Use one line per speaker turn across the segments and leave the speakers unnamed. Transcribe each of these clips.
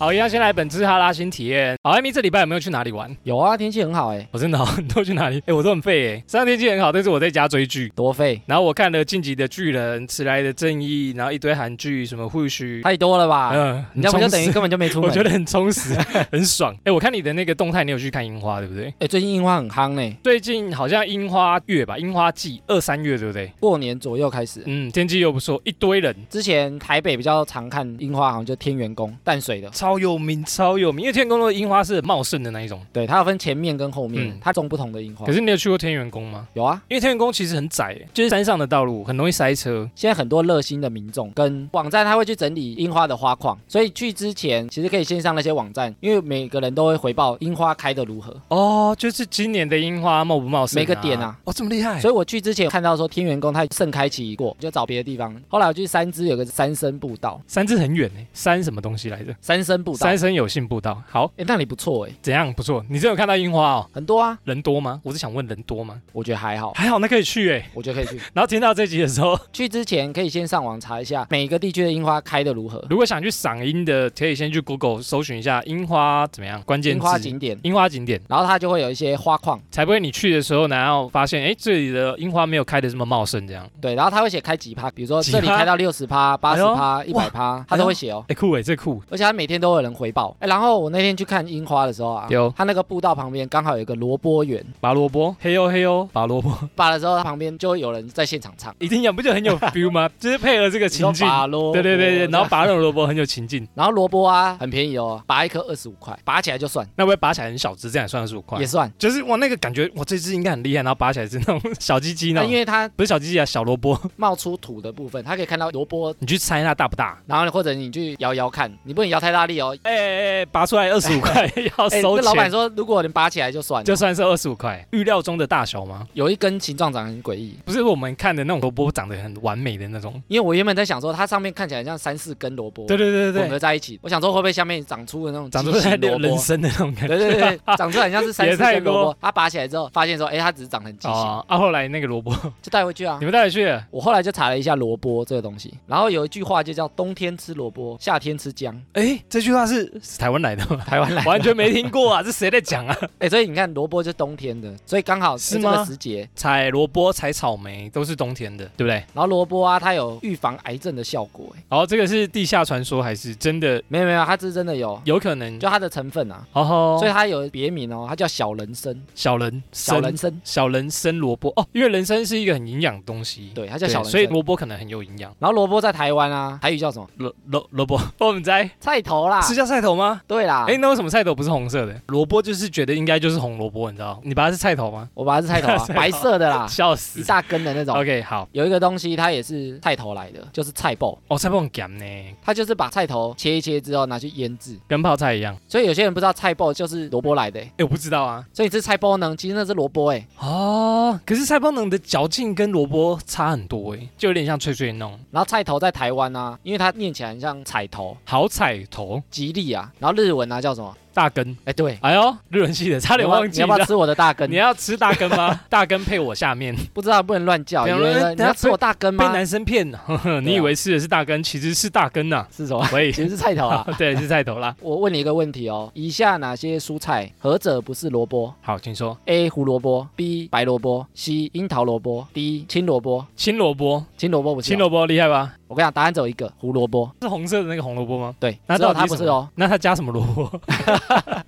好，一样先来本次哈拉新体验。好，艾米，这礼拜有没有去哪里玩？
有啊，天气很好哎、
我、真的、哦，你都去哪里？哎、 我都很废哎。上天气很好，但是我在家追剧。
多费
然后我看了《晋级的巨人》《迟来的正义》，然后一堆韩剧，什么《护须》，
太多了吧？
嗯，
你这样不
很充
就等于
实
根本就没出 门？
我觉得很充实， 很爽。哎、我看你的那个动态，你有去看樱花对不对？
哎、最近樱花很夯呢、
最近好像樱花月吧，樱花季二三月对不对？
过年左右开始。
嗯，天气又不错，一堆人，
之前台北比较常看樱花，好像就天元宫淡水的，
超有名，超有名。因为天宫的樱花是很茂盛的那一种。
对，它有分前面跟后面，
嗯
它种不同的樱花
可。是你有去过天元宫吗？
有啊，
因为天元宫其实很窄，哎就是山上的道路很容易塞车。
现在很多热心的民众跟网站，他会去整理樱花的花况，所以去之前其实可以先上那些网站，因为每个人都会回报樱花开得如何。
哦，就是今年的樱花茂不茂盛、
每个点啊，
哦，这么厉害。
所以我去之前有看到说天元宫它盛开期已过，就找别的地方。后来我去三芝有个三生步道，
三字很远呢，欸三什么东西来着？
三生步道，
三
哎、
生有幸步道。好，
那里不错哎、
怎样？不错，你真的有看到樱花哦？
很多啊，
人多吗？我是想问人多吗？
我觉得还好，
还好，那可以去哎。
我觉得可以去。
然后听到这集的时候，
去之前可以先上网查一下每个地区的樱花开得如何，
如果想去赏樱的，可以先去 Google 搜寻一下樱花怎么样关键字。
樱花景点，
樱花景点，
然后它就会有一些花况，
才不会你去的时候，然后发现哎这里的樱花没有开的这么茂盛这样。
对，然后它会写开几趴，比如说
几
这里
趴哎
开到六十趴、八十趴、一
哇
百趴，它都会写哦。
哎酷哎，这酷。
而且它每天都有人回报，哎，然后我那天去看樱花的时候啊，
有
它那个步道旁边刚好有一个萝卜园，
拔萝卜，嘿哟嘿哟，拔萝卜，
拔的时候它旁边就会有人在现场唱，
一定要不就很有 feel 吗？ 就是配合这个
你
情
说
境。
拔萝卜，
对对对对，
这
然
样
后拔那种萝卜很有情境，
然后萝卜啊很便宜哦，拔一颗二十五块，拔起来就算
那会拔起来很小只，这样也算是五块
也。算，
就是哇，那个感觉，哇，这只应该很厉害，然后拔起来是那种小鸡鸡
那
呢，
因为它
不是小鸡鸡啊，小萝卜，
冒出土的部分，它可以看到萝卜，
你去猜它大不大？
然后或者你去摇摇看，你不能摇太大力哦，
哎哎哎，拔出来二十五 块要
哎，
收
那老板
钱，
说，如果你拔起来就算了，
就算是二十五块，预料中的大小吗？
有一根形状长得很诡异，
不是我们看的那种萝卜长得很完美的那种。
因为我原本在想说，它上面看起来像三四根萝卜，
对对对
混
对
合
对，
在一起，我想说会不会下面长出的那种
长出
畸
来
形
的
萝
人
卜？
参的那种感觉。
对对对， 对长出来很像是三
也
四
太
根萝
多
卜，它拔起来之后发现说，哎，它只是长得很畸形，
哦，啊，后来那个萝卜，
就带回去啊
你。们带回去了？
我后来就查了一下萝卜这个东西，然后有一句话就叫冬天吃萝卜，夏天吃姜，
哎，这句话是是台湾来的吗？
台湾来 的。
完全没听过啊，这谁在讲啊？
哎，所以你看萝卜就是冬天的，所以刚好
是
哎这个
吗
时节。
采萝卜、采草莓都是冬天的，对不对？
然后萝卜啊，它有预防癌症的效果，哎，
然后这个是地下传说还是真的？
没有没有，它是真的有，
有可能，
就它的成分啊。
嗯哦吼，
所以它有别名哦，它叫小人参，
小人
小
参
人参，
小人参萝卜哦，因为人参是一个很营养的东西，
对，它叫小人
所以
参。
萝卜可能很有营养。
然后萝卜在台湾啊，台语叫什么？
萝萝萝卜，啊我们在
菜头啦。
是叫菜头吗？
对啦，
哎，那为什么菜头不是红色的？萝卜就是觉得应该就是红萝卜，你知道？你把它是菜头吗？
我把它是菜头 啊，
菜头
白色的啦，
笑
一
死。
大根的那种。
OK，好，
有一个东西，它也是菜头来的，就是菜爆，
哦，菜不很咸呢，
它就是把菜头切一切之后拿去腌制。
跟泡菜一样。
所以有些人不知道菜爆就是萝卜来的欸，
哎，我不知道啊。
所以你吃菜爆呢，其实那是萝卜哎。
哦，可是菜包能的嚼劲跟萝卜差很多哎，就有点像脆脆那种。
然后菜头在台湾啊，因为它念起来很像彩头、
好彩头
吉利啊，然后日文啊叫什么？
大根，
哎，对，
哎呦，日文系的，差
差
点忘
你
记
要不要
了。
吃我的大根
你？要吃大根吗？ 大根配我下面，
不知道不能乱叫，
不
因
要
为
乱
你要
等下
吃我大根
被
吗？
男生骗，呵呵 你以为吃的是大根，其实是大根呐、
是什么？
喂，
其实是菜 头啊。
对，是菜头啦。
我问你一个问题哦，以下哪些蔬菜何者不是萝卜
好，请说
？A. 胡萝卜 B. 白萝卜 C. 樱桃萝卜 D. 青萝卜。
青萝卜，
青萝卜不是、哦
青萝卜厉害吧？
我跟你讲，答案只有一个，胡萝卜。
是红色的那个红萝卜吗？
对，
那
只有
到底
它不
什
是
么
哦。。
那它加什么萝 卜？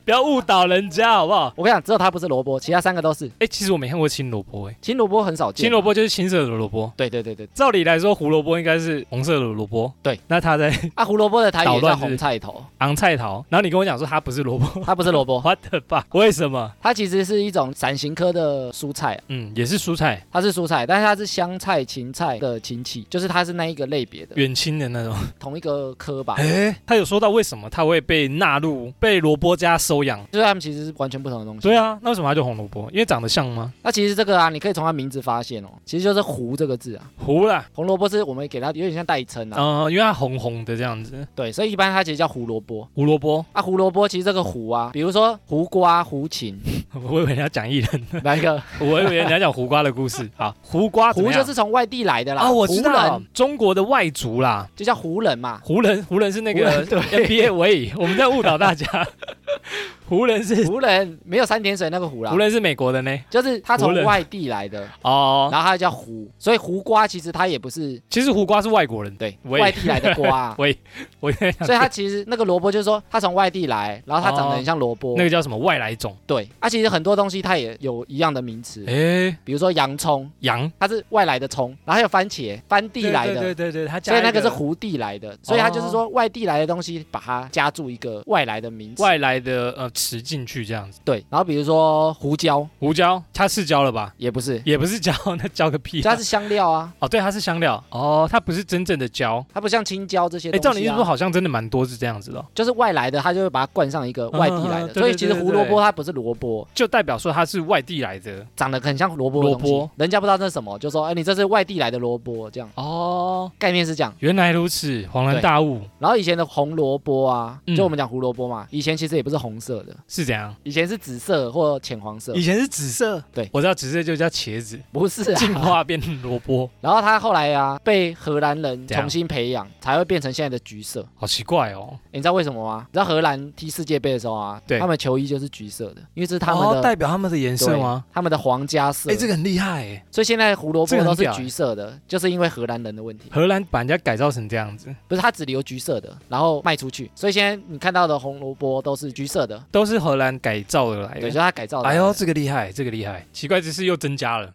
不要误导人家好不好？
我跟你讲，只有它不是萝卜，其他三个都是。
哎、其实我没看过青萝卜哎，
青萝卜很少见。
青萝卜就是青色的萝卜。
对对对对，
照理来说，胡萝卜应该是红色的萝卜。
对，
那它在
啊，胡萝卜的台语
捣
也叫
乱是不
红
是
菜头，
昂菜桃，然后你跟我讲说它不是 萝卜
它不是萝卜，
，what the fuck？为什么？
它其实是一种伞形科的蔬菜，啊
嗯，也是蔬菜，
它是蔬菜，但是它是香菜、芹菜的亲戚，就是它是那一个类别的
远亲的那种。
同一个科吧。
哎，他有说到为什么他会被纳入被萝卜家收都养。
就是他们其实是完全不同的东西。
对啊，那为什么它叫红萝卜？因为长得像吗？
那其实这个啊，你可以从它名字发现哦，其实就是“胡”这个字啊，
糊啦，
红萝卜是我们给它有点像代称啊，
嗯、因为它红红的这样子，
对，所以一般它其实叫胡萝卜
胡萝卜。
啊。胡萝卜其实这个“胡”啊，比如说胡瓜、胡琴，
我以为你要讲艺人，
哪一个？
我以为你要讲胡瓜的故事。 好，胡瓜怎
胡
么
就
样
是从外地来的啦，
啊，我知
胡
道
人
中国的外族啦，
就叫胡人嘛。
湖人，湖人是那
湖
个
人
NBA 尾，我们在误导大家。 湖人 是
胡人没有三点水那个胡啦
湖，人是美国的呢。
就是他
胡
从
人
外地来的，
哦，
然后他叫胡，所以胡瓜其实它也不是
其实胡瓜是外国人的。
对
喂，
外地来的瓜啊
喂， 我在想
所以它其实那个萝卜就是说它从外地来，然后它长得很像萝卜
那，个叫什么外来种？
对，它其实很多东西它也有一样的名词，
哎，
比如说洋葱，
羊
它是外来的葱，然后还有番茄，番地来
对
的。
对对对，他加
所以那个
一哦
是胡地来的，所以它就是说外地来的东西，把它加注一个外来的名词。
外来的呃词进去这样子。
对，然后比如说胡椒
胡椒，它是椒了吧？
也不是，
也不是椒，那椒个屁啊、
它是香料啊，
哦，对，它是香料哦，它不是真正的椒。
它不像青椒这些
哎，照
东
你
西
意思说，
啊，
好像真的蛮多是这样子的哦、
就是外来的，它就会把它冠上一个外地来
嗯嗯嗯
的。
对
所以其实
对对
胡萝卜它不是萝卜，
就代表说它是外地来的
长得很像萝卜的东西
萝卜，
人家不知道那是什么，就说哎你这是外地来的萝卜，这样
哦。
概念是这样。
原来如此，恍然
对
大悟
然后以前的红萝卜啊，
嗯
就我们讲胡萝卜嘛，以前其实也不是红色的，
是怎样？
以前是紫色或浅黄色，
以前是紫色，
对
我知道紫色就叫茄子，
不是
进
啊。
化变萝卜，
然后它后来啊被荷兰人
怎样
重新培养，才会变成现在的橘色。
好奇怪哦。
诶你知道为什么吗？你知道荷兰踢世界杯的时候啊，
对
他们球衣就是橘色的，因为这是他们的、
代表他们的颜色吗？
他们的皇家色。
哎，这个很厉害哎，
所以现在胡萝
这
卜
个很
都
屌
是橘色的，就是因为荷兰人的问题，
荷兰把人家改造成这样子，
不是它只留橘色的，然后卖出去。所以现在你看到的红萝卜都是橘色的，
都是荷兰改造而来
对，就
的。
是它改造的。
哎呦，这个厉害，这个厉害，奇怪之事又增加了。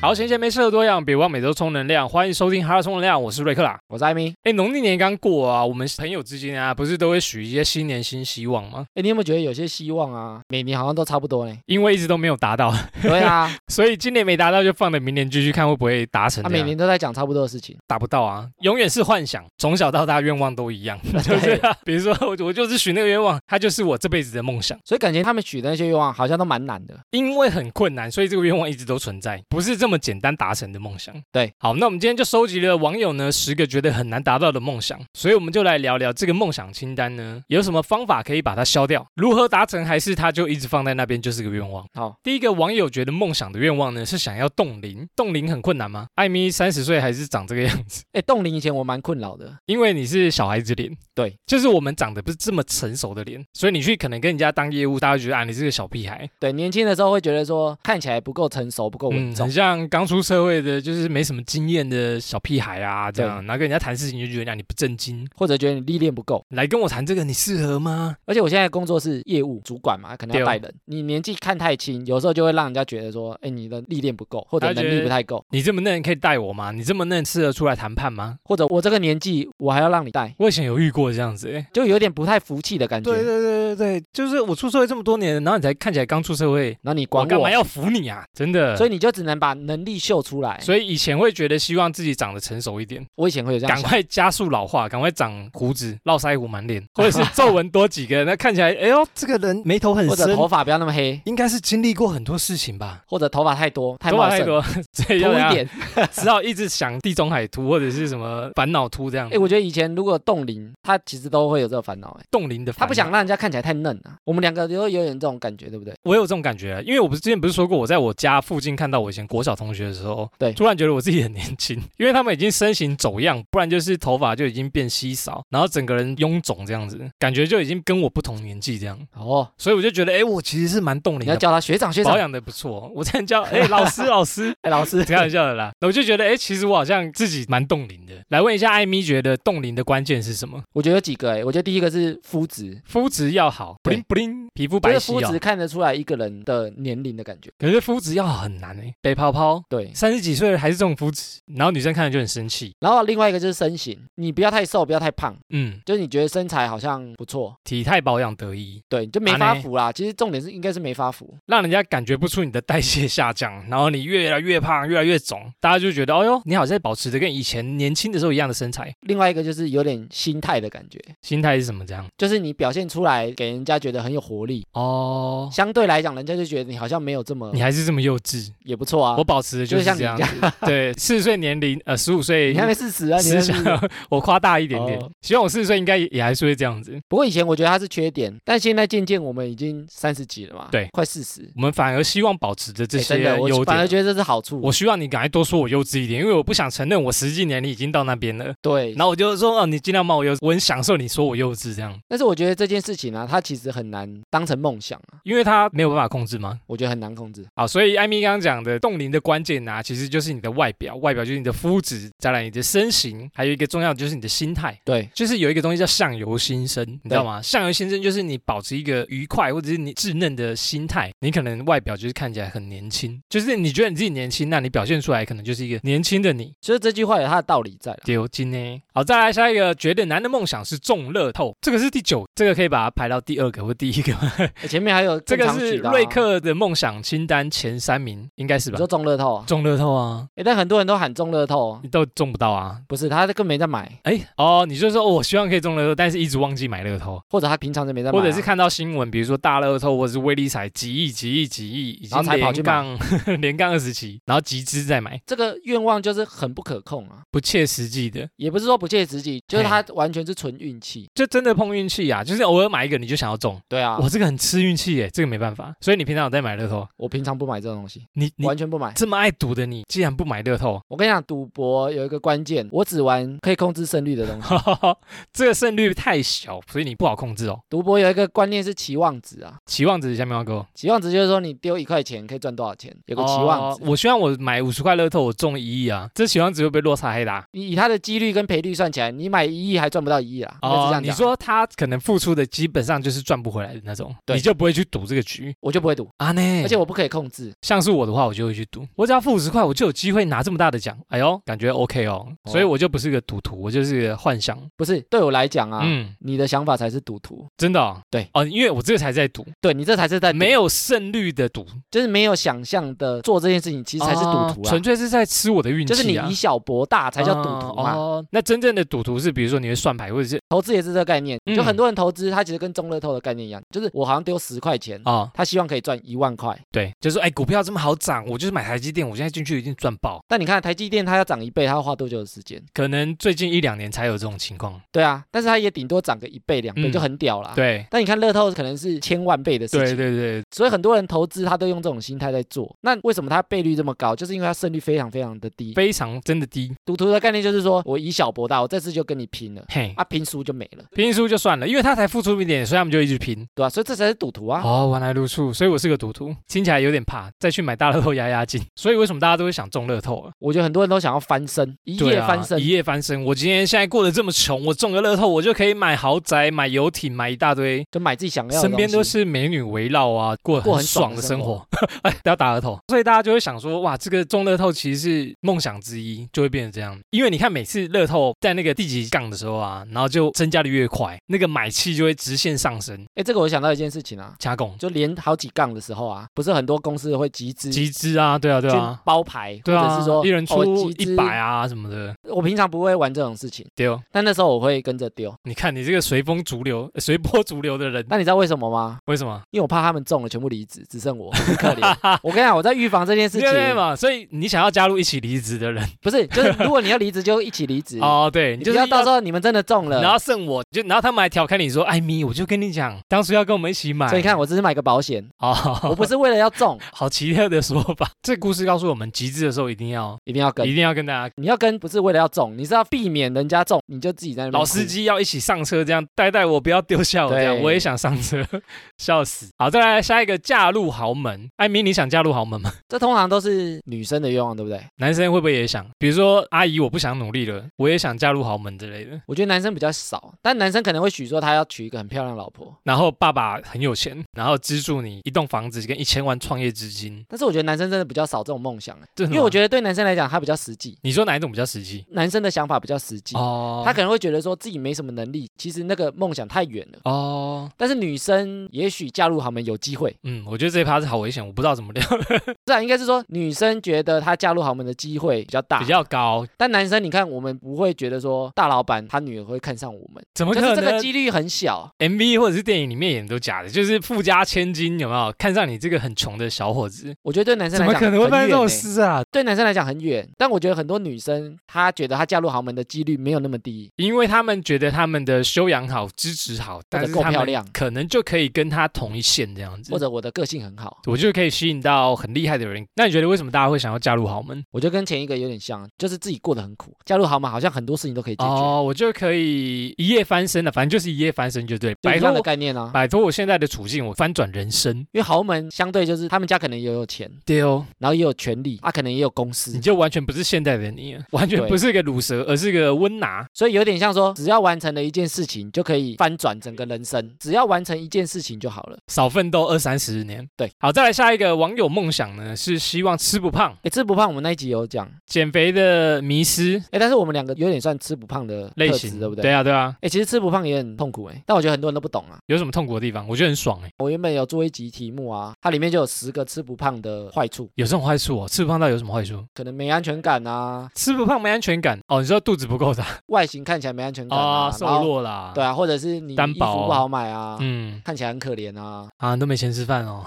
好，闲闲没事的多样，别忘每周充能量。欢迎收听《哈拉充能量》，我是瑞克啦。
我是艾米。
哎，农历年刚过啊，我们朋友之间啊，不是都会许一些新年新希望吗？
哎，你有没有觉得有些希望啊？每年好像都差不多呢。
因为一直都没有达到，
对啊，
所以今年没达到就放着明年继续看会不会达成
他
这样。
啊每年都在讲差不多的事情。
达不到啊，永远是幻想，从小到大愿望都一 样，就是、啊、比如说我我就是许那个愿望，它就是我这辈子的梦想，
所以感觉他们许的那些愿望好像都蛮难的。
因为很困难，所以这个愿望一直都存在，不是这么简单达成的梦想。
对，
好，那我们今天就收集了网友呢十个觉得很难达到的梦想，所以我们就来聊聊这个梦想清单呢有什么方法可以把它消掉，如何达成，还是它就一直放在那边就是个愿望。
好，
第一个网友觉得梦想的愿望呢是想要冻龄，冻龄很困难吗？艾米三十岁还是长这个样子，
哎，冻龄以前我蛮困扰的。
因为你是小孩子脸，
对，
就是我们长得不是这么成熟的脸，所以你去可能跟人家当业务，大家觉得啊你是个小屁孩，
对，年轻的时候会觉得说看起来不够成熟，不够
嗯，
稳
很
重。
像刚出社会的，就是没什么经验的小屁孩啊这样，然后跟人家谈事情就觉得啊你不正经，
或者觉得你历练不够，
来跟我谈这个你适合吗？
而且我现在工作是业务主管嘛，可能
对哦
要带人。你年纪看太轻，有时候就会让人家觉得说，哎，你的历练不够，或者
他觉
能
得
力不太够，
你这么嫩可以带我吗？你这么嫩适合出来谈判吗？
或者我这个年纪我还要让你带，
我以前有遇过这样子、欸，
就有点不太服气的感觉。
对对对对对，就是我出社会这么多年，然后你才看起来刚出社会，
然后你
我
管
干
我
嘛，要服你啊？真的，
所
所以
以你就只能把能力秀出来。
所以以前会觉得希望自己长得成熟一点，
我以前会有这样
赶
想。
快加速老化，赶快长胡子、络腮胡、满脸，或者是皱纹多几个，那看起来，哎呦，这个人眉头很
或者
深，
头发不要那么黑，
应该是经历过很多事情吧。
或者头发太多太
头
茂
发太
盛，
多， 所以
秃
要
一
怎样，
点。
只好一直想地中海秃或者是什么烦恼秃这样
哎、。我觉得以前如果冻龄，他其实都会有这个烦恼。哎，
冻龄的烦恼，
他不想让人家看起来太嫩啊。我们两个都有点这种感觉，对不对？
我有这种感觉，啊因为我不是之前不是说过，我在我家附近看到我以前国小同学的时候，
对
突然觉得我自己很年轻，因为他们已经身形走样，不然就是头发就已经变稀少，然后整个人臃肿这样子，感觉就已经跟我不同年纪这样，
哦，
所以我就觉得，哎，我其实是蛮冻龄
你要
的，
叫他学长学长
保。养的不错，我这样叫，哎，老 师老师。
哎，老师，
开玩笑的啦，我就觉得，哎、其实我好像自己蛮冻龄的。来问一下艾米，觉得冻龄的关键是什么？
我觉得有几个哎、我觉得第一个是肤质，
肤质要好，不灵
对
不灵，皮肤
就
白
是
皙
肤
哦
质看得出来一个人的年龄的感觉。欸
可是肤质要好很难哎、北泡泡抛，
对，
三十几岁了还是这种肤质，然后女生看了就很生气。
然后另外一个就是身形，你不要太瘦，不要太胖，
嗯，
就是你觉得身材好像不错，
体态保养得宜，
对，就没
啊
发
呢
福啦。其实重点是应该是没发福，
让人家感觉不出你的代谢下降，然后你越来越胖，越来越肿，大家就觉得，哦哟，你好像保持着跟以前年轻的时候一样的身材。
另外一个就是有点心态的感觉，
心态是什么这样？
就是你表现出来给人家觉得很有活力，
哦，
相对来讲，人家就觉得你好像没有这么
你还是这么幼稚，
也不错啊。
我保持的
就
就是
像
是
你
这
这样
样。
子，
对，四十岁年龄，呃，十五岁
你。还没四十 啊，你还
思
没40
想，我夸大一点点
哦，
希望我四十岁应该也也还是会这样子。
不过以前我觉得它是缺点，但现在渐渐我们已经三十几了嘛，
对
快四十。
我们反而希望保持着这
哎
些
真的，
优
我反而
点。
觉得这是好处。
我希望你赶快多说我幼稚一点，因为我不想承认我实际年龄已经到那边了。
对，
然后我就说，哦，你尽量骂我幼稚，我很享受你说我幼稚这样，
但是我觉得这件事情啊，它其实很难当成梦想啊，
因为他没有办法控制嘛。
我觉得很难控制。
好，所以艾米刚刚讲的冻龄的关键啊，其实就是你的外表，外表就是你的肤质，再来你的身形，还有一个重要的就是你的心态。
对，
就是有一个东西叫相由心生，你知道吗？相由心生就是你保持一个愉快或者是你稚嫩的心态，你可能外表就是看起来很年轻，就是你觉得你自己年轻，那你表现出来可能就是一个年轻的你。
所以这句话有它的道理在啦。
丢金呢？好，再来下一个，觉得男的梦想是中乐透，这个是第九，这个可以把它排到第二个或第一个吗。
哎前面还有
这
正
个
常
是
曲的啊
瑞，克的梦想清单前三名，应该是
你
吧
说？中乐透啊？
中乐透啊，
哎，但很多人都喊中乐透啊，
你都中不到啊。
不是他根本没在买，
哎，哦，你就说、哦我希望可以中乐透，但是一直忘记买乐透，
或者他平常就没在买啊，
或者是看到新闻，比如说大乐透或者是威力彩几亿、几亿、几亿，已
然
经
后才跑去
连杠 连杠二十期，然后集资再买，
这个愿望就是很不可控啊。
不切实际的，
也不是说不切实际，就是他完全是纯运气。
就真的碰运气啊，就是偶尔买一个你就想要中，
对啊，
我
我
这个很吃运气耶，这个没办法。所以你平常有在买乐透，
我平常不买这种东西，
你你
完全不买。
这么爱赌的你，竟然不买乐透，
我跟你讲，赌博有一个关键，我只玩可以控制胜率的东西。
这个胜率太小，所以你不好控制哦。
赌博有一个观念是期望值啊，
期望值下面要给我
期望值就是说你丢一块钱可以赚多少钱，有个期望
哦
值。
我希望我买五十块乐透，我中一亿啊，这期望值会不会落差黑大？
你以它的几率跟赔率算起来，你买一亿还赚不到一亿啦。应该是这
哦，
样
你
讲。啊
说他可能付出的基本上就是赚不回来的那种，
对
你就不会去赌这个局
我就不会赌，
啊呢？
而且我不可以控制。
像是我的话，我就会去赌，我只要付五十块，我就有机会拿这么大的奖。哎呦，感觉 OK 哦，
哦
所以我就不是个赌徒，我就是个幻想。
不是对我来讲啊，
嗯，
你的想法才是赌徒，
真的、哦，
对
哦，因为我这个才在赌，
对你这才是在赌
没，有胜率的赌，
就是没有想象的做这件事情，其
你
实才是赌徒啊
哦纯。粹是在吃我的运气、
就
啊，
是你以小博大才叫赌徒嘛，
哦哦那真正的赌徒是，比如说你会算牌，或者是
投资也是这个概念，
嗯
就很多人投资，他其实跟中乐透的概念一样，就是我好像丢十块钱，
哦，
他希望可以赚一万块。
对，就是说哎，股票这么好涨，我就是买台积电，我现在进去一定赚爆。
但你看台积电，它要涨一倍，它要花多久的时间？
可能最近一两年才有这种情况。
对啊，但是它也顶多涨个一倍两倍
嗯
就很屌啦。。
对，
但你看乐透可能啊是千万倍的事
对
情，
对对，
所以很多人投资他都用这种心态在做。那为什么它倍率这么高？就是因为它胜率非常非常的低。
非常真的低。
赌徒的概念就是说我以小博大，我这次就跟你 拼了，
嘿，
啊拼输就没了，
拼输就算了，因为他才付出一点，所以他们就一直拼。
对吧、所以这才是赌徒啊。
哦，原来如此，所以我是个赌徒，听起来有点怕，再去买大乐透压压惊。所以为什么大家都会想中乐透啊？
我觉得很多人都想要翻身，一
对
夜
啊
翻身。
一夜翻身。我今天现在过得这么穷，我中个乐透，我就可以买豪宅、买游艇、买一大堆
就买自己想要的东西，
身边都是美女围绕啊，过
过
很
很爽
爽
的
的
生
生
活
活， 哎，不要打额头。所以大家就会想说，哇，这个中乐透其实是梦想之一，就会变成这样。因为你看每次乐透在那个第几杠的时候啊，然后就增加的越快，那个买气就会直线上升，
哎，这个我想到一件事情啊，
加拱
就连好几杠的时候啊，不是很多公司会集资。
集资啊，对啊，对
去
啊。
包牌，
对
嗯或者
啊，
是说
一人出
哦集
一
资
百啊什么的，
我平常不会玩这种事情，
对哦。
但那时候我会跟着丢。
你看你这个随风逐流、 呃随波逐流的人，
那你知道为什么吗？
为什么？
因为我怕他们中了全部离职，只剩我，很可 怜。我跟你讲，我在预防这件事情
对，对嘛，所以你想要加入一起离职的人
不是，就是如果你要离职，就一起离职。
哦，对，
你
你
就
就是
要到时候你们真的中
然
了，
后剩我就，然后他们还调侃你说：“艾米，我就跟你讲，当初要跟我们一起买。”
所以你看，，我只是买个保险，
哦，
我不是为了要中，
好奇特的说法。 这故事告诉我们，集资的时候一定要，
一定要跟
一。定要跟大家，
你要跟不是为了要中，你是要避免人家中，你就自己在那
老
边哭
司。机要一起上车，这样带带我，不要丢下我，
对
这样我也想上车， 笑死。好，再来下一个，嫁入豪门。艾米，你想嫁入豪门吗？
这通常都是女生的愿望，对不对？
男生会不会也想？比如说，阿姨，我不想努力了，我也想嫁入豪门之类的。
我觉得男生比较少，但男生可能会许说他要娶一个很漂亮的老婆，
然后爸爸很有钱，然后资助你一栋房子跟一千万创业资金。
但是我觉得男生真的比较少这种梦想、欸，
因
因为我觉得对男生来讲，他比较实际，
你说哪一种比较实际？
男生的想法比较实际。
哦
他可能会觉得说自己没什么能力，其实那个梦想太远了。
哦，
但是女生也许嫁入豪门有机会，
嗯，我觉得这一趴是好危险，我不知道怎么聊，
这样应该是说女生觉得她嫁入豪门的机会比较大，
比较高，
但男生，你看，我们不会觉得说大老板他女儿会看上我们，
怎么
就
可
是这
能
个几率很小。
？MV 或者是电影里面演的都假的，就是富家千金有没有看上你这个很穷的小伙子？
我觉得对男生
怎
来
么
讲
可
很
能会发生这
远
种
欸
事啊？
对男生来讲很远，但我觉得很多女生她觉得她嫁入豪门的几率没有那么低。
因为他们觉得他们的修养好、资质好，但是
够
他
漂
们
亮
可能就可以跟他同一线这样子，
或者我的个性很好，
我就可以吸引到很厉害的人。那你觉得为什么大家会想要嫁入豪门？
我觉得跟前一个有点像，就是自己过得很苦，嫁入豪门好像很多事情都可以解决，
哦，我就可以一夜翻身了，反正就是一夜翻身就对了，
就
摆
一
脱
样的
我
概念啊。
摆脱我现在的处境，我翻转人生。
因为豪门相对就是他们家可能也有钱，
对哦，
然后也有权利，啊，可能也有公
你
司，
就完全不是现代的你了，完全
对
不是个乳蛇，而是个温拿。
所以有点像说，只要完成了一件事情就可以翻转整个人生，只要完成一件事情就好了。
少奋斗二三十年，
对，
好，再来下一个网友梦想呢，是希望吃不胖，
哎，吃不胖，我们那一集有讲，
减肥的迷失
哎、但是我们两个有点算吃不胖的
类
特质
型，
对不对？
对
哎、
啊，对啊，
其实吃不胖也很痛苦哎、但我觉得很多人都不懂啊。
有什么痛苦的地方？我觉得很爽哎、
我原本有做一集题目啊，它里面就有十个吃不胖的坏处，
有这种坏处哦，吃不胖到底有什么坏处？
可能没安全感啊，
吃不胖没安全感哦，你说肚子不够大
外形看起来没安全感
啊、
啊，
瘦
然后，
弱啦，
对，啊，或者是你衣
单
服不
薄啊
好买啊，
嗯
看起来很可怜啊，
啊，你都没钱吃饭哦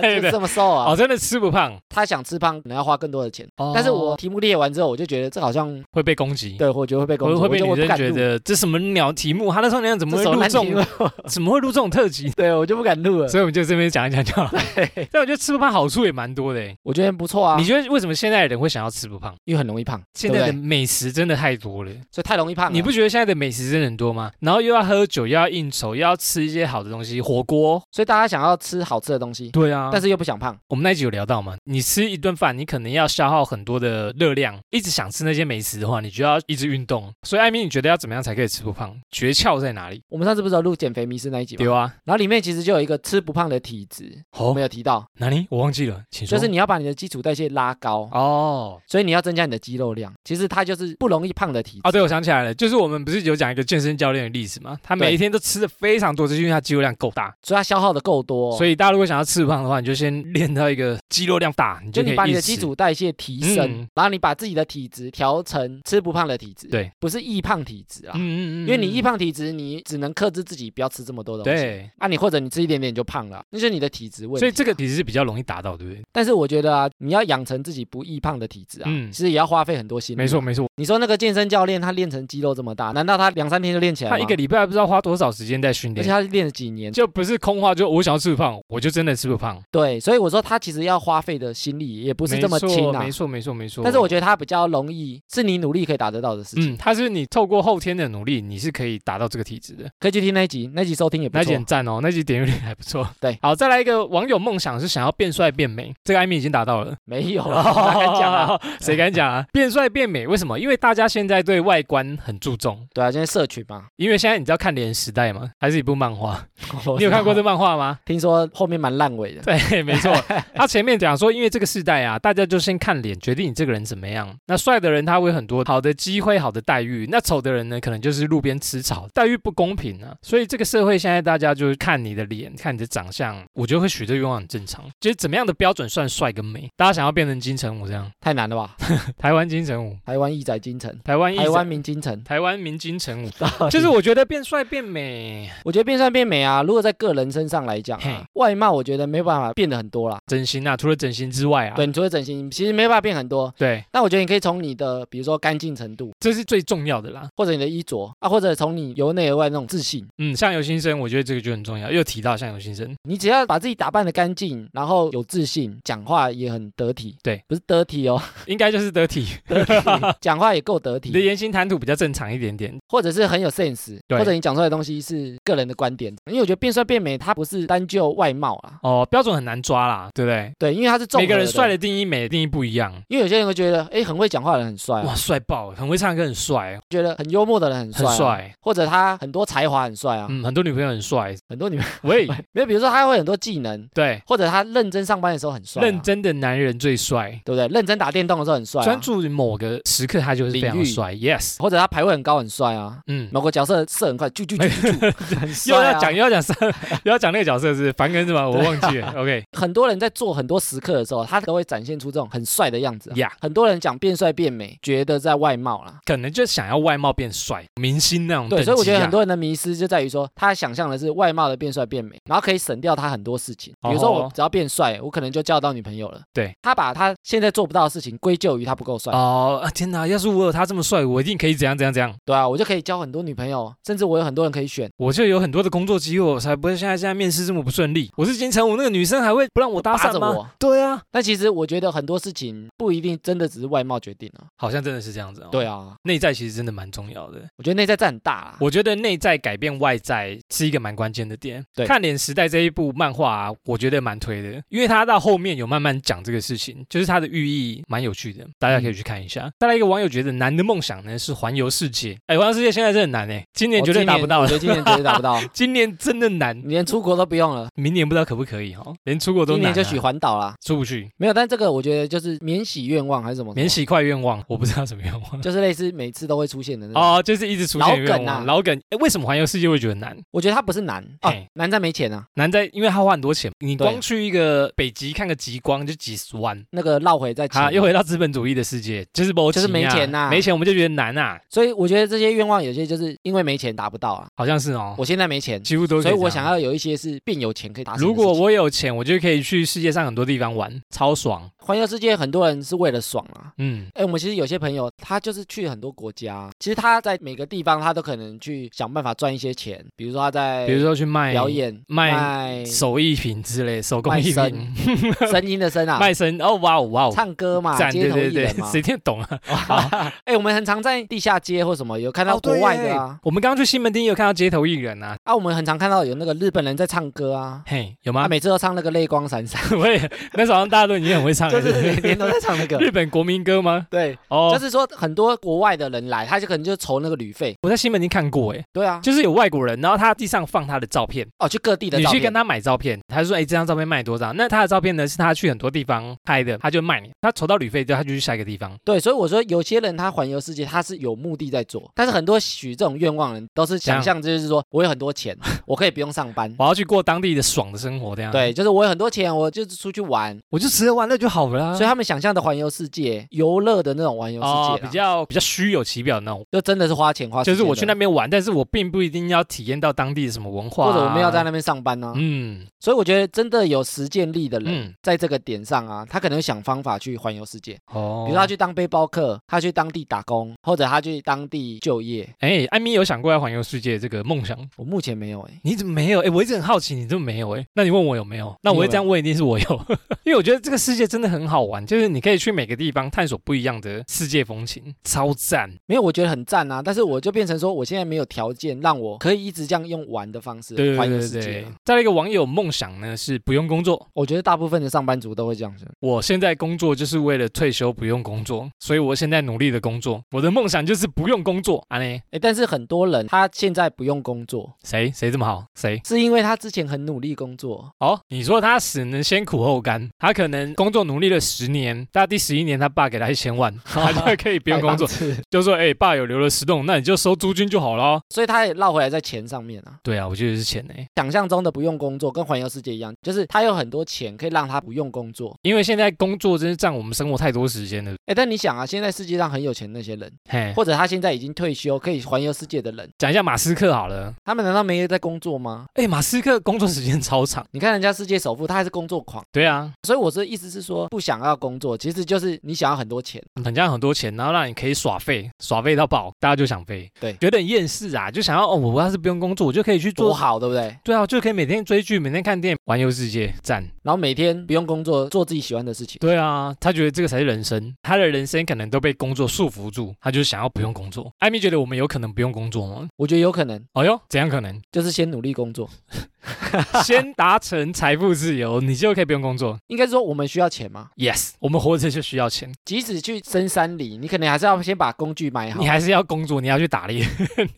之类
就
的，
这么瘦啊，
哦，真的吃不胖，
他想吃胖可能要花更多的钱。
哦、
但是我题目列完之后，我就觉得这好像
会被攻击。
对，我觉得会被攻
会
击，
会被
我就
女
我不
生
敢
觉
录，
得这什么鸟题目？他那时候那样怎么会
这什
录
么
这
烂题目？
种？？怎么会录这种特辑
对，我就不敢录 了。
所以我们就这边讲一讲就好了。
对，
但我觉得吃不胖好处也蛮多的欸。
我觉得不错啊
你，觉得为什么现在的人会想要吃不胖？
因为很容易胖，
现在
对
的
不对
美食真的太多了。
所以太容易胖了。
你不觉得现在的美食真的很多吗？然后又要喝酒，又要应酬，又要吃一些好的东西，火锅。
所以大家想要吃好吃的东西，
对啊但
但
是
是又不想胖，
我们那一集有聊到嘛，你吃一顿饭，你可能要消耗很多的热量。一直想吃那些美食的话，你就要一直运动。所以艾米，你觉得要怎么样才可以吃不胖？诀窍在哪里？
我们上次不是有录减肥迷失那一集吗？
对啊，
然后里面其实就有一个吃不胖的体质，我
哦
们，有提到，
哪里？我忘记了，请说。
就是你要把你的基础代谢拉高，
哦。
所以你要增加你的肌肉量。其实它就是不容易胖的体质
啊，。对，我想起来了，就是我们不是有讲一个健身教练的例子吗？他每
对
一天都吃的非常多，就是因为他肌肉量够大。
所以它消耗的够多，
所
以
以大家如果想要吃不胖的话，你就先练到一个肌肉量大，你就
就
可以
你把你
一
的
直
基
吃
础代谢提升，
嗯
然后你把自己的体质调成吃不胖的体质，
对，
不是易胖体质啊。
嗯嗯嗯，
因为你
嗯
易胖体质，你只能克制自己不要吃这么多东西。，
对，
啊，你或者你吃一点点你就胖了，那就是你的体质问题。啊
所以这个，其实是比较容易达到，对不对？
但是我觉得啊，你要养成自己不易胖的体质啊，
嗯
其实也要花费很多心力。啊
没错，没错，
你说那个健身教练他练成肌肉这么大，难道他两三天就练起来吗？
他一个礼拜不知道花多少时间在训
而且
练，
他练了几年，
就不是空话，就我想要吃不胖，我就真的吃不胖，
对，所以我说他其实要花费的心力也不
不
是这么轻啊
没。错，没错，没错。
但是我觉得他比较容易，是你努力可以达得到的事情。
嗯，它是你透过后天的努力，你是可以达到这个体质的。
可以去听那一集，那一集收听也不
那集
错
很。赞哦，那集点阅率还不错。
对，
好，再来一个网友梦想是想要变帅变美，这个艾米已经达到了。
没有啊，
哦，
哪敢讲啊？
谁敢讲啊？变帅变美，为什么？因为大家现在对外观很注重。
对啊，现在社群 嘛，
因为现在你知道看脸时代吗？还是一部漫画？你有看过这？漫画吗？
听说后面蛮烂尾的。
对，没 错。他前面讲说，因为这个时代啊，大家就先看脸决定你这个人怎么样。那帅的人他会很多好的机会、好的待遇，那丑的人呢，可能就是路边吃草，待遇不公平啊。所以这个社会现在大家就是看你的脸，看你的长相，我觉得会许这个愿望很正常。就是怎么样的标准算帅跟美？大家想要变成金城武这样，
太难了吧？
台湾金城武，
台湾义载金城，
台湾艺
台湾
人
明金城，
台湾明金 城武， 就是我觉得变帅变美，
我觉得变帅变美啊。如果在个人身上来讲、
嘿
啊，外貌我觉得没办法变得很多啦。
整形啊，除了整形之外啊，
对，你除了整形，其实没办法变很多。
对，
但我觉得你可以从你的，比如说干净程度，
这是最重要的啦。
或者你的衣着啊，或者从你由内而外那种自信，
嗯，相由心生，我觉得这个就很重要。又提到相由心生，
你只要把自己打扮的干净，然后有自信，讲话也很得体。
对，
不是得体哦，
应该就是得
嗯
体，
讲话也够得
你的
体，
言行谈吐比较正常一点点。
或者是很有 sense，
对
或者你讲出来的东西是个人的观点。因为我觉得变帅变美，它不是单就外貌啊，
哦，标准很难抓啦，对不对？
对，因为它是综合
每个人帅
的。
的定义、美的定义不一样。
因为有些人会觉得，哎，很会讲话的人很帅、啊，
哇，帅爆了，很会唱歌，很帅，
觉得很幽默的人很
很
帅、啊，
帅。
或者他很多才华很帅啊，
嗯，很多女朋友很帅。
很多女
喂，
没有，比如说他会很多技能，
对，
或者他认真上班的时候很帅、啊，
认真的男人最帅，
对不对？认真打电动的时候很帅、啊，
专注于某个时刻，他就是非
领
常
域
帅。Yes，
或者他排位很高很帅啊，
嗯，
某个角色射很快，啾啾啾啾 啾，很
又
帅
要讲
啊。
又要讲三， 又要讲那个角色是不是凡根是吗？我忘记了。OK，
啊很多人在做很多时刻的时候，他都会展现出这种很帅的样子、啊。
Yeah
很多人讲变帅变美，觉得在外貌啦。
可能就想要外貌变帅，明星那种等级啊。
对，所以我觉得很多人的迷失就在于说，他想象的是外貌的变帅变美，然后可以省掉他很多事情。比如说，
哦
我只要变帅，我可能就交到女朋友了。
对，
他把他现在做不到的事情归咎于他不够帅。
哦啊天哪！要是我有他这么帅，我一定可以怎样怎样怎样。
对啊，我就可以交很多女朋友，甚至我有很多人可以选。
我就有很多的工作机会，我才不会现在现在面试这么不顺利。我是金城武，那个女生还会不让我搭
扒
讪
着
吗？
我，
对啊，
但其实我觉得很多事情不一定真的只是外貌决定啊。
好像真的是这样子、哦。
对，啊，
内在其实真的蛮重要的。
我觉得内在占很大啊。
我觉得内在改变外在是一个蛮关键的点。
对
看脸时代这一部漫画、啊，我觉得蛮推的，因为它到后面有慢慢讲这个事情，就是它的寓意蛮有趣的，大家可以去看一
嗯
下。再来一个网友觉得男的梦想呢是环游世界，哎，环游世界现在真的很难哎，今年
我
绝对
今
达不到
我
了
觉。得今年绝对达 不到，
今年真的难，
你连出国都不用了，
明年不知道可不可以哦，连出国都
今
难、
年
啊，
就许环岛啦。
出不去。
没有，但这个我觉得就是免洗愿望还是什么？
免，洗快愿望，我不知道什么愿 望。
就是类似每次都会出现的那种。
哦，就是一直出现
嗯老
愿望
梗啊
老梗。哎，为什么环游世界会觉得难？
我觉得它不是难啊
嘿，
难在没钱啊。
难在因为它花很多钱，你
对
光去一个北极看个极光就几十万。
那个绕回再
啊，
钱，
又回到资本主义的世界，就是没
就是没钱
呐、
呐
没钱我们就觉得难啊，
所以我觉得这些愿望有些就是因为没钱达不到啊。
好像是哦，
我现在没钱，
几乎都是
所以
这
我
样
想。要有一些是变有钱可以达成的
如
事情。
果我有钱，我就可以去世界上很多地方玩，超爽。
环游世界，很多人是为了爽啊。
嗯，
哎，我们其实有些朋友，他就是去很多国家，其实他在每个地方，他都可能去想办法赚一些钱，比如说他在
比如说去卖
表、演、
卖
卖
手艺品之类，手工
卖
艺
身
品、
声音的声啊，
卖身。哦，哇哦哇哦，
唱歌嘛，
赞，
街
对
头艺
对
人
对，
嘛。
谁听得懂啊？
哎，我们很常在地下街或什么有看到
哦对
国外
耶
的啊，
我们刚刚去西门町有看到街头艺人啊，
啊，我们很常看到有那个日本人在唱歌啊，
嘿，有
他
吗？
每次都唱那个泪光闪闪，
我也那时候好像大家都已经很会唱
就
了，
是
不
每天都在唱那 个。
日本国民歌吗？
对，
哦，
就是说很多国外的人来，他就可能就筹那个旅费。
我在西门町看过，哎，
对啊，
就是有外国人，然后他地上放他的照片，
哦，去各地的
你
照
去
片
跟他买照片，他就说，哎，这张照片卖多少？那他的照片呢，是他去很多地方拍的，他就卖你，他筹到旅费之后，他就去下一个地方。
对，所以我说有些人他环游世界，他是有目的在做，但是很多许这种愿望的人都是想象，就是说我有很多钱， 我可以不用上班。
我要去过当地的爽的生活，这样
对，，就是我有很多钱，我就是出去玩，
我就吃喝玩乐就好了啊。
所以他们想象的环游世界、游乐的那种环游世界啊啦、
哦，比较比较虚有其表那种，
就真的是花钱花时
就
间
是
啊的，
我去那边玩，但是我并不一定要体验到当地的什么文化啊，
或者我们要在那边上班呢、
嗯
所以我觉得真的有实践力的人，
嗯
在这个点上啊，他可能会想方法去环游世界，
哦
比如他去当背包客，他去当地打工，或者他去当地就业。
哎，艾米有想过要环游世界这个梦想？
我目前没有哎、
你怎么没有？哎，我一直很好奇，你怎么没有？哎，那你问我有没有？那我会
你有没有
这样问，一定是我有， 因为我觉得这个世界真的很好玩，就是你可以去每个地方探索不一样的世界风情，超赞。
没有，我觉得很赞啊，但是我就变成说，我现在没有条件让我可以一直这样用玩的方式
对
环
对
游
对
世界
对
啊。。
再来一个网友梦想呢是不用工作，
我觉得大部分的上班族都会这样子。
我现在工作就是为了退休不用工作，所以我现在努力的工作，我的梦想就是不用工作。啊呢，
哎，但是很多人他现在不用工作，
谁谁这么好？谁？
是因为他之前很努力工作，
哦，你说他死能先苦后甘，他可能工作努力了十年，到第十一年他爸给他一千 万，他就可以不用工作
买，房子
就说哎、爸有留了十栋，那你就收租金就好了。哦
所以他也绕回来在钱上面啊。
对啊，我觉得是钱哎、
想象中的不用工作，跟环游世界一样，就是他有很多钱可以让他不用工作。
因为现在工作真是占我们生活太多时间了。
哎，但你想啊，现在世界上很有钱那些人，
嘿，
或者他现在已经退休可以环游世界的人，
讲一下马斯克好了。
他们难道没有在工作吗？
哎，马斯克工作时间超长。
你看人家世界首富，他还是工作狂。
对啊，
所以我是意思是说，不想要工作，其实就是你想要很多钱。
很像很多钱，然后让你可以耍废，耍废到爆，大家就想飞。
对
觉得很厌世啊，就想要哦，我要是不用工作，我就可以去
多
做。
好，对不对？
对啊，就可以每天追剧，每天看电影，环游世界，赞。
然后每天不用工作，做自己喜欢的事情。
对啊，他觉得这个才是人生，他的人生可能都被工作束缚住，他就想要不用工作。艾米觉得我们有可能不用工作吗？
我觉得有可能
哎呦，怎样可能？
就是先努力工作，
先达成财富自由，你就可以不用工作。
应该说我们需要钱嘛，
Yes，我们活着就需要钱，
即使去深山里，你可能还是要先把工具买好
你，还是要工作，你要去打 猎，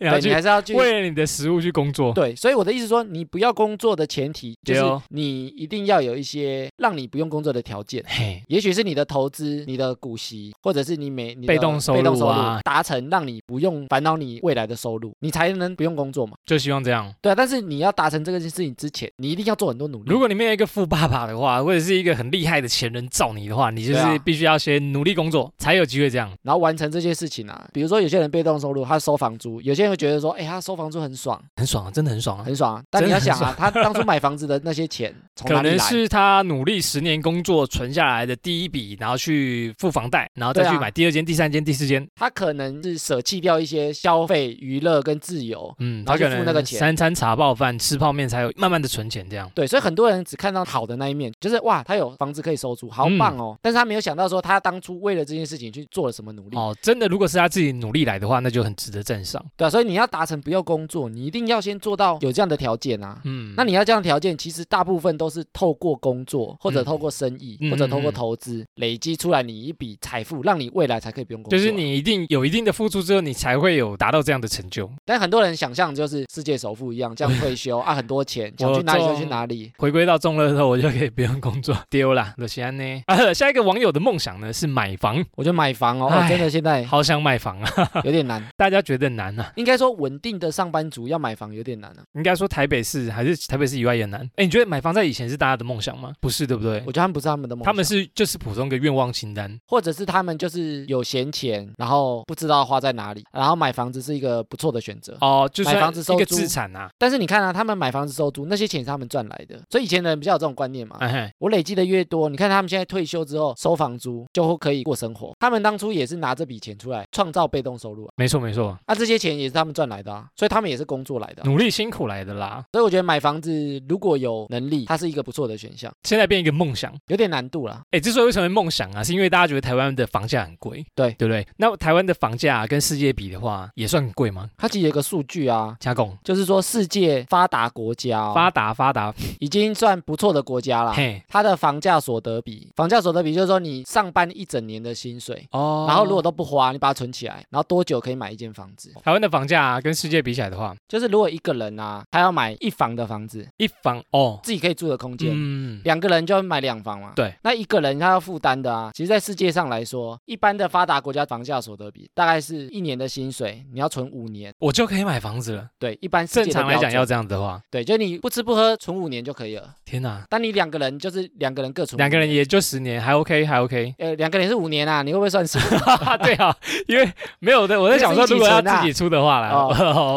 你要
对，你
去
还是要去。
为了你的食物去工作。
对，所以我的意思说，你不要工作的前提
对
就是
哦
你一定要有一些让你不用工作的条件。
嘿，
也许是你的投资、你的股息，或者是你每你的
被动收入啊
被动收入达成，让你不用烦恼你未来的收入，你才能不用工作嘛。
就希望这样。
对啊，但是你要达成这个事情之前，你一定要做很多努力。
如果你没有一个富爸爸的话，或者是一个很厉害的前人罩你的话，你就
对
是
啊
必须要先努力工作，才有机会这样。
然后完成这些事情啊，比如说有些人被动收入，他收房租，有些人会觉得说，哎，他收房租很爽，
很爽啊，真的很爽啊。
很爽啊。但
真
你
的
要
很
想啊，他当初买房子的那些钱 从哪
可
里
能
来？
是他努力十年工作存下来的第一笔，然后去付房贷，然后再
对啊
去买第二间、第三间、第四间。
他可能是舍弃掉一些消费、娱乐跟自由。
嗯，
然
他
后去
可
付那个
能
钱
三餐茶泡饭吃泡面才有慢慢的存钱这样。
对，所以很多人只看到好的那一面，就是哇，他有房子可以收租，好
嗯
棒哦。但是他没有想到说，他当初为了这件事情去做了什么努力，
哦，真的，如果是他自己努力来的话，那就很值得赞赏。
对啊。所以你要达成不要工作，你一定要先做到有这样的条件啊。
嗯，
那你要这样的条件，其实大部分都是透过工作，或者
嗯
透过生意，
嗯
或者透过
嗯嗯
投资累积出来你一笔财富，让你未来才可以不用工作
就
啊。
是你一定有一定的付出之后，你才会有达到这样的成就。
但很多人想象就是世界首富一样，这样 退休啊，很多钱，想
我
去哪里就
中
去哪里。
回归到中乐透，我就可以不用工 作，丢啦，罗西安呢？啊，下一个网友的梦想呢是买房，
我觉得买房哦，
唉
哦真的现在
好想买房啊！
有点难。
大家觉得难啊？
应该说，稳定的上班族要买房有点难啊。
应该说台北市还是台北市以外也难。哎，你觉得买房在以前是大家的梦想吗？不是，对不对
我？觉得他们不是他们的梦想，
他们是就是普通一个愿望清单，
或者是他们就是有闲钱，然后不知道花在哪里，然后买房子是一个不错的选择。
哦，就是
啊买房子收
一个
租
资产啊，
但是你看啊，他们买房子收租，那些钱是他们赚来的，所以以前的人比较有这种观念嘛。
哎嘿，
我累积的越多，你看他们现在退休之后收房租就会可以过生活。他们当初也是拿这笔钱出来创造被动收入啊，
没错没错，
那、这些钱也是他们赚来的啊，所以他们也是工作来的啊、
努力辛苦来的啦，
所以我觉得买房子如果有能力，它是一个不错的选项，
现在变一个梦想。
有点难度啦。
哎，之所以会成为梦想啊，是因为大家觉得台湾的房价很贵，
对
对不对？那台湾的房价、跟世界比的话，也算贵吗？
它其实有个数据啊，
加工
就是说世界发达国家、哦、
发达发达，
已经算不错的国家啦。
嘿，
它的房价所得比，房价所得比就是说你上班一整年的薪水，
哦
然后如果都不花，你把它存起来，然后多久可以买一间房子？
台湾的房价、跟世界比起来的话，
就是如果一个人啊，他要买一房的房子，
一房哦，
自己可以住的空间。
嗯，
两个人就要买两房嘛？
对，
那一个人他要负担的啊，其实，在世界上来说，一般的发达国家房价所得比大概是一年的薪水，你要存五年。
我就可以买房子了。
对，一般世
正
界的
常来
标
讲
准
要这样子的话，
对，就你不吃不喝存五年就可以了。
天哪，
但你两个人就是两个人各存五
两个人
年
也就十年，还 OK，还 OK
。呃两个人是五年啊，你会不会算数？
啊，对啊，因为没有的，我在想说，
因为是
如
一起
果要
存的啊
自己出的话啦，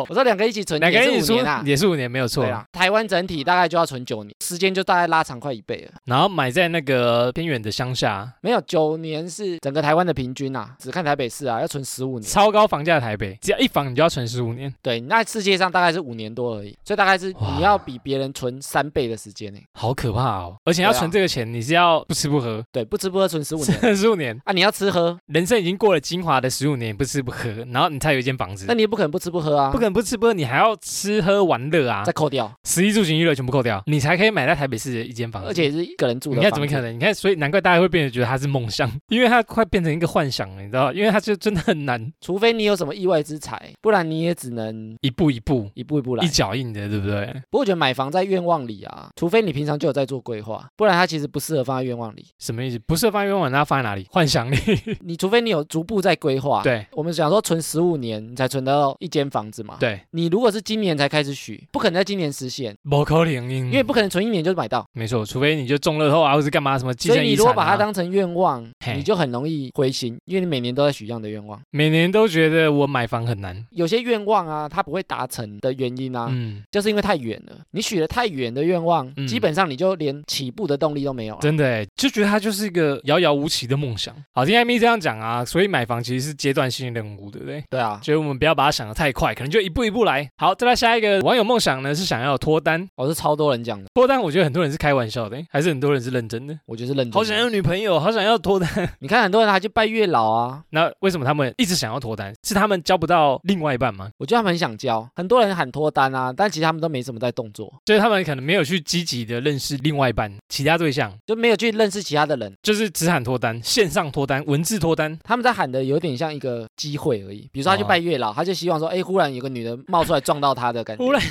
我说两个一 起存
两个人
也
一起
是五
出
年啊。
也是五年，没有错
对。啦，台湾整体大概就要存九年，时间就大概拉长快一倍了。
然后买在那个偏远的乡下，
没有九年是整个台湾的平均啊，只看台北市啊，要存十五年。
超高房价的台北，只要一房你就要存十五年，
对，那世界上大概是五年多而已，所以大概是
哇
你要比别人存三倍的时间呢、欸
好可怕哦！而且要
对啊
存这个钱，你是要不吃不喝，
对，不吃不喝存十五年
十五年，
啊，你要吃喝，
人生已经过了精华的十五年，不吃不喝，然后你才有一间房子
那。你也不可能不吃不喝啊，
不可能不吃不喝，你还要吃喝玩乐啊
再，扣掉，
食衣住行娱乐全部扣掉，你才可以买在台北市的一间房子。
而且也是一个人住的
你看怎么可
能？
能？你看，所以难怪大家会变得觉得它是梦想，因为它快变成一个幻想了，你知道吗？因为它就真的很难，
除非你有什么意外之财，不然你也只能
一步一步。
一步一步来
一。脚印的，对不对？
不过我觉得买房在愿望里啊，除非你平常就有在做规划，不然它其实不适合放在愿望里。
什么意思？不是放在愿望，那放在哪里？幻想里。
你除非你有逐步在规 划。，
对
我们想说存十五年你才存得到一间房子嘛。，
对，
你如果是今年才开始许，不可能在今年实现，
不可能，
因
因
为不可能存一年就买到。
没错，除非你就中乐透啊，或是干嘛什么继
所以
承
你
遗
如
产、啊。
果把它当成愿望，
嘿
你就很容易灰心，因为你每年都在许一样的愿望。
每年都觉得我买房很难，
有些愿望啊，它不会达成的原因啊，
嗯，
就是因为太远了。你许了太远的愿望，
嗯
基本上你就连起步的动力都没有了。
真的哎，就觉得它就是一个遥遥无期的梦想。好听艾米这样讲啊，所以买房其实是阶段性的任务，对不对？
对啊，
所以我们不要把它想得太快，可能就一步一步来。好，再来下一个网友梦想呢是想要有脱单，
我、是超多人讲的，
脱单我觉得很多人是开玩笑的欸，还是很多人是认真的。
我就是认真的。
好想要女朋友，好想要脱单。
你看很多人还去拜月老啊，
那为什么他们一直想要脱单？是他们交不到另外一半吗？
我觉得他们很想交，很多人喊脱单啊，但其实他们都没什么在动作，
就是他们可能没有去积极的认识另外一半其他对象，
就没有去认识其他的人。
就是只喊脱单、线上脱单、文字脱单，
他们在喊的有点像一个机会而已，比如
哦
说他去拜月老，他就希望说，哎，忽然有个女的冒出来撞到他的感觉，
忽然